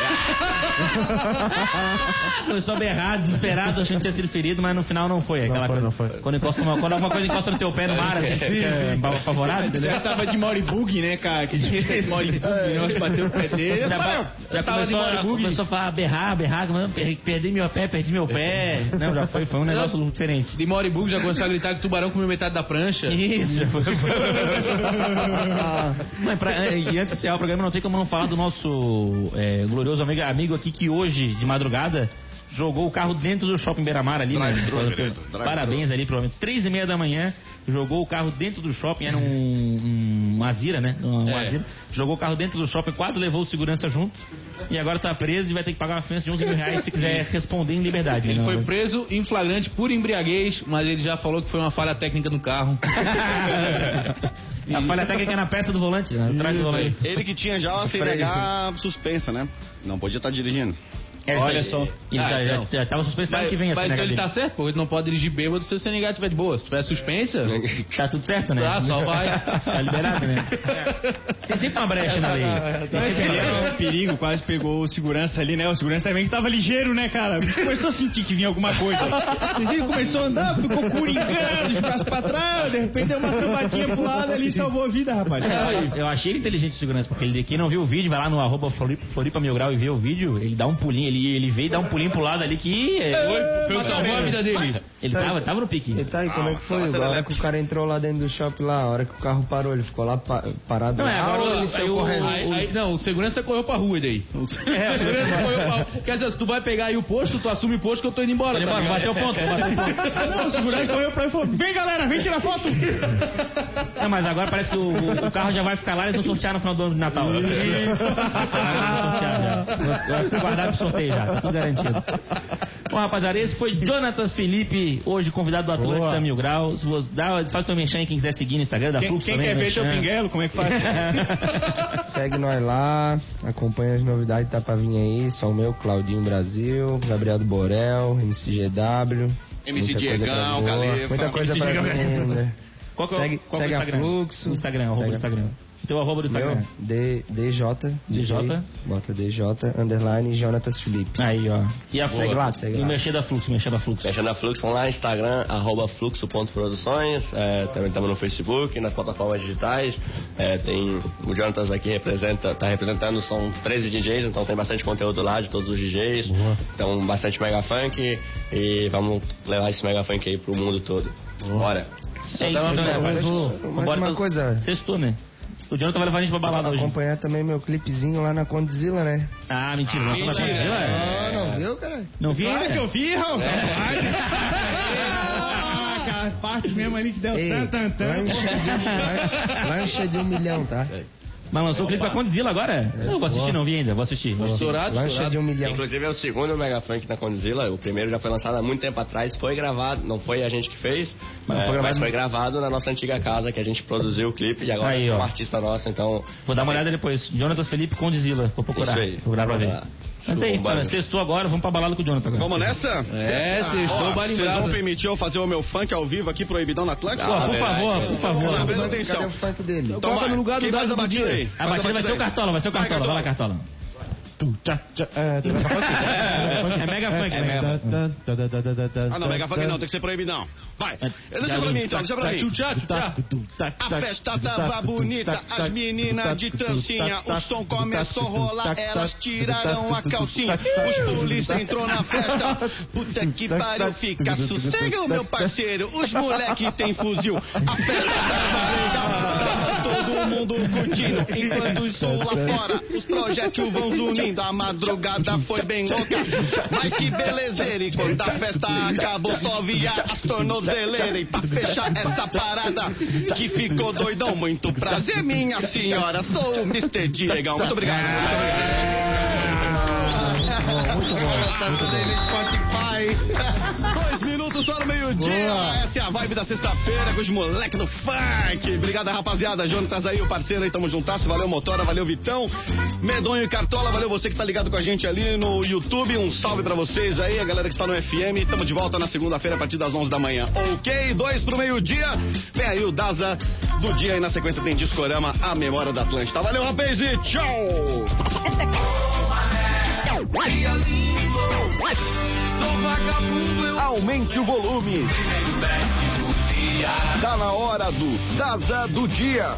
C: começou a berrar, desesperado, achando que tinha sido ferido, mas no final não foi. Aquela
D: foi,
C: coisa-
D: não foi. É,
C: Quando, encosta uma, quando alguma coisa encosta no teu pé no mar, assim, fica apavorado, entendeu?
B: Já tava de Moribug, né, cara? Que tinha esse Moribug,
D: é.
B: o negócio bateu o pé dele.
C: Já, ba- já começou, a, começou a falar, "Ah, berrar, berrar, como, per- perdi meu pé, perdi meu pé. Não, já foi, foi um negócio diferente.
E: De Moribugo já começou a gritar que o tubarão comeu metade da prancha.
C: Isso. Mas pra- é, e antes de encerrar o programa, não tem como não falar do nosso é, glorioso amigo, amigo aqui que hoje, de madrugada, jogou o carro dentro do shopping Beira-Mar ali. né?
F: Drive-thru, Fernando, drive-thru.
C: Parabéns ali pro homem. Três e meia da manhã, jogou o carro dentro do shopping, era um, um Azira, né? Um
E: É.
C: Azira. Jogou o carro dentro do shopping, quase levou o segurança junto e agora tá preso e vai ter que pagar uma fiança de 11 mil reais se quiser responder em liberdade.
E: Ele
C: né?
E: foi preso em flagrante por embriaguez, mas ele já falou que foi uma falha técnica no carro.
C: A falha técnica é na peça do volante, né? atrás do volante.
A: Ele que tinha já a CNH suspensa, né? Não podia estar dirigindo.
C: É,
E: Olha
C: ele-
E: só.
C: Ele
E: Ah,
C: tá, já-
E: então.
C: já, tava suspenso pra ano
E: Mas,
C: que vem essa
E: mas então
C: nega
E: ele
C: dele.
E: tá certo, porque tu não pode dirigir bêbado se o CNH estiver de boa. Se tiver suspensa,
C: Tá tudo certo, né?
E: tá, só vai. É.
C: Tá liberado, né? Tem sempre uma brecha na lei.
E: tá
C: Tem
B: Mas
C: sempre
B: ele
C: uma brecha.
B: era um perigo, quase pegou o segurança ali, né? O segurança também que tava ligeiro, né, cara? Começou a sentir que vinha alguma coisa. Mas Ele começou a andar, ficou curingando, os braços pra trás, de repente deu uma sambadinha pro lado ali e salvou a vida, rapaz.
C: Eu achei ele inteligente o segurança, porque ele, quem não viu o vídeo, vai lá no arroba Floripa, Floripa Mil Grau e vê o vídeo, ele dá um pulinho, ele, ele veio dar um pulinho pro lado ali que. é,
E: Foi o que salvou a vida dele.
C: ele tava, tava no pique.
G: E tá aí, como é que foi?
A: Ah,
G: A hora que o cara entrou lá dentro do shopping lá, a hora que o carro parou, ele ficou lá pa- parado.
C: Não, é,
G: lá,
C: agora
G: ou ele
C: aí
G: saiu
C: o-
G: correndo.
E: Aí- aí- não, o segurança correu pra rua daí.
B: É,
E: O segurança correu pra rua. Quer dizer, se tu vai pegar aí o posto, tu assume o posto que eu tô indo embora. tá ligado?
C: Bateu o ponto, bateu o ponto.
B: Não, o segurança correu pra ele e falou: Vem galera, vem tirar foto!
C: Não, mas agora parece que o, o- o carro já vai ficar lá, eles vão sortear no final do ano de Natal. Isso. Guardar pro sorteio já, tá tudo garantido. Bom, rapaziada, esse foi Jonatas Felipe, hoje convidado do Atlântico da Mil Grau. Se você dá, faz teu merchan aí, quem quiser seguir no Instagram, da
B: Quem,
C: Flux
B: quem
C: Tá também, né?
B: quer ver teu
C: merchan.
B: pinguelo, como é que faz?
C: é.
G: Segue nós lá, acompanha as novidades, tá pra vir aí. Só o meu, Claudinho Brasil, Gabriel do Borel, MCGW.
A: MC
G: muita coisa pra
A: Diegão,
G: vir.
A: Califa.
G: Muita coisa pra vir ainda.
C: Qual que é o,
G: Segue,
C: qual que é o
G: segue a
C: Instagram?
G: Fluxo.
C: O Instagram, arroba do
G: Segue a-
C: Instagram. Teu arroba do Instagram.
G: Meu, D, DJ,
C: DJ?
G: Bota DJ, underline, Jonatas Felipe.
C: Aí, ó. E a
G: Segue lá, segue
C: E o
G: lá.
C: merchan da Flux, o merchan da Flux.
H: Fechando a Fluxo, vamos lá, Instagram, arroba fluxo.produções, é, também estamos no Facebook, nas plataformas digitais, é, tem, o Jonatas aqui representa, tá representando, são 13 DJs, então tem bastante conteúdo lá de todos os DJs, então bastante mega funk, e vamos levar esse mega funk aí pro mundo todo. Bora!
C: É isso, galera.
G: mais- mais uma coisa.
C: Sextou, né? O Jonathan vai levar a gente pra balada hoje.
G: Acompanhar também meu clipezinho lá na Condzilla, né?
C: Ah, mentira, não vai fazer, ué.
G: Ah, não viu, cara?
C: Não vi?
B: Claro
C: ainda?
B: que eu vi, rapaz!
A: É.
B: Caraca, a parte mesmo ali que deu
G: Ei,
B: tan, tan,
G: Lá
B: tan.
G: encher de, lá, lá encher de um milhão, tá?
C: Mas lançou o clipe pra Condzilla agora? Não, vou assistir, não vi ainda, vou assistir. Vou assistir.
E: Estourado,
G: Lá encher
E: estourado.
G: de um milhão.
H: Inclusive é o segundo Mega Funk na Condzilla. O primeiro já foi lançado há muito tempo atrás, foi gravado, não foi a gente que fez, é, mas, foi, gravado... na nossa antiga casa que a gente produziu o clipe e agora
C: Aí,
H: é um
C: ó.
H: artista nosso, então.
C: Vou dar uma olhada depois. Jonathan Felipe Condzilla, vou procurar.
H: Isso aí.
C: Vou procurar pra
H: Vamos
C: ver.
H: lá.
C: Mas é isso,
H: Chumbado.
C: cara. Sextou agora, vamos pra balada com o Jonathan agora.
A: Vamos nessa?
E: É, sextou,
A: Ó, Vocês vão
E: barimbrado.
A: permitir eu fazer o meu funk ao vivo aqui, proibidão na Atlântica?
C: Pô,
H: Ah,
C: por
H: verdade,
C: favor,
H: cara.
C: por favor.
A: Presta
G: Cadê o
A: atenção.
G: funk dele?
A: Então vai,
E: no lugar do
A: quem faz
E: dado
A: a
E: do
A: batida
E: dia.
A: aí?
C: A
A: Faz
C: batida vai ser o
A: aí.
C: Cartola, vai ser o
A: Vai,
C: Cartola. Vai lá, Cartola. É mega funk, é mega funk.
A: Ah, não, mega funk não, tem que ser proibidão. Vai.
C: É.
A: Deixa pra mim
C: Tá,
A: então, deixa pra mim. A festa tava bonita, as meninas de trancinha, o som começou a rolar, elas tiraram a calcinha. Os polícia entrou na festa, puta que pariu, fica sossego, meu parceiro, os moleque tem fuzil. A festa tava legal, tava todo mundo curtindo, enquanto o som lá fora, os projétil vão zunindo, a madrugada foi bem louca. Mas que belezeira, e quando a festa acabou, só via as tornozeleiras. E pra fechar essa parada, que ficou doidão, muito prazer, minha senhora. Sou o Mr. Diegão. Muito obrigado.
G: Tá,
A: Muito obrigado. Muito bom, muito bom. Spotify. Dois minutos. minutos para o meio-dia. Essa é a vibe da sexta-feira com os moleques do funk. Obrigado, rapaziada. Jonatas aí, o parceiro aí, tamo juntasso. Valeu, Motora, valeu, Vitão. Medonho e Cartola, valeu você que tá ligado com a gente ali no YouTube. Um salve pra vocês aí, a galera que está no FM. Tamo de volta na segunda-feira a partir das 11 da manhã. Ok, dois pro meio-dia. Vem aí o Daza do dia e na sequência tem Discorama, a memória da Atlântida. Valeu, rapaz, e tchau! Aumente o volume. Tá na hora do Daza do Dia.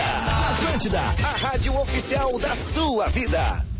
I: Atlântida, a rádio oficial da sua vida.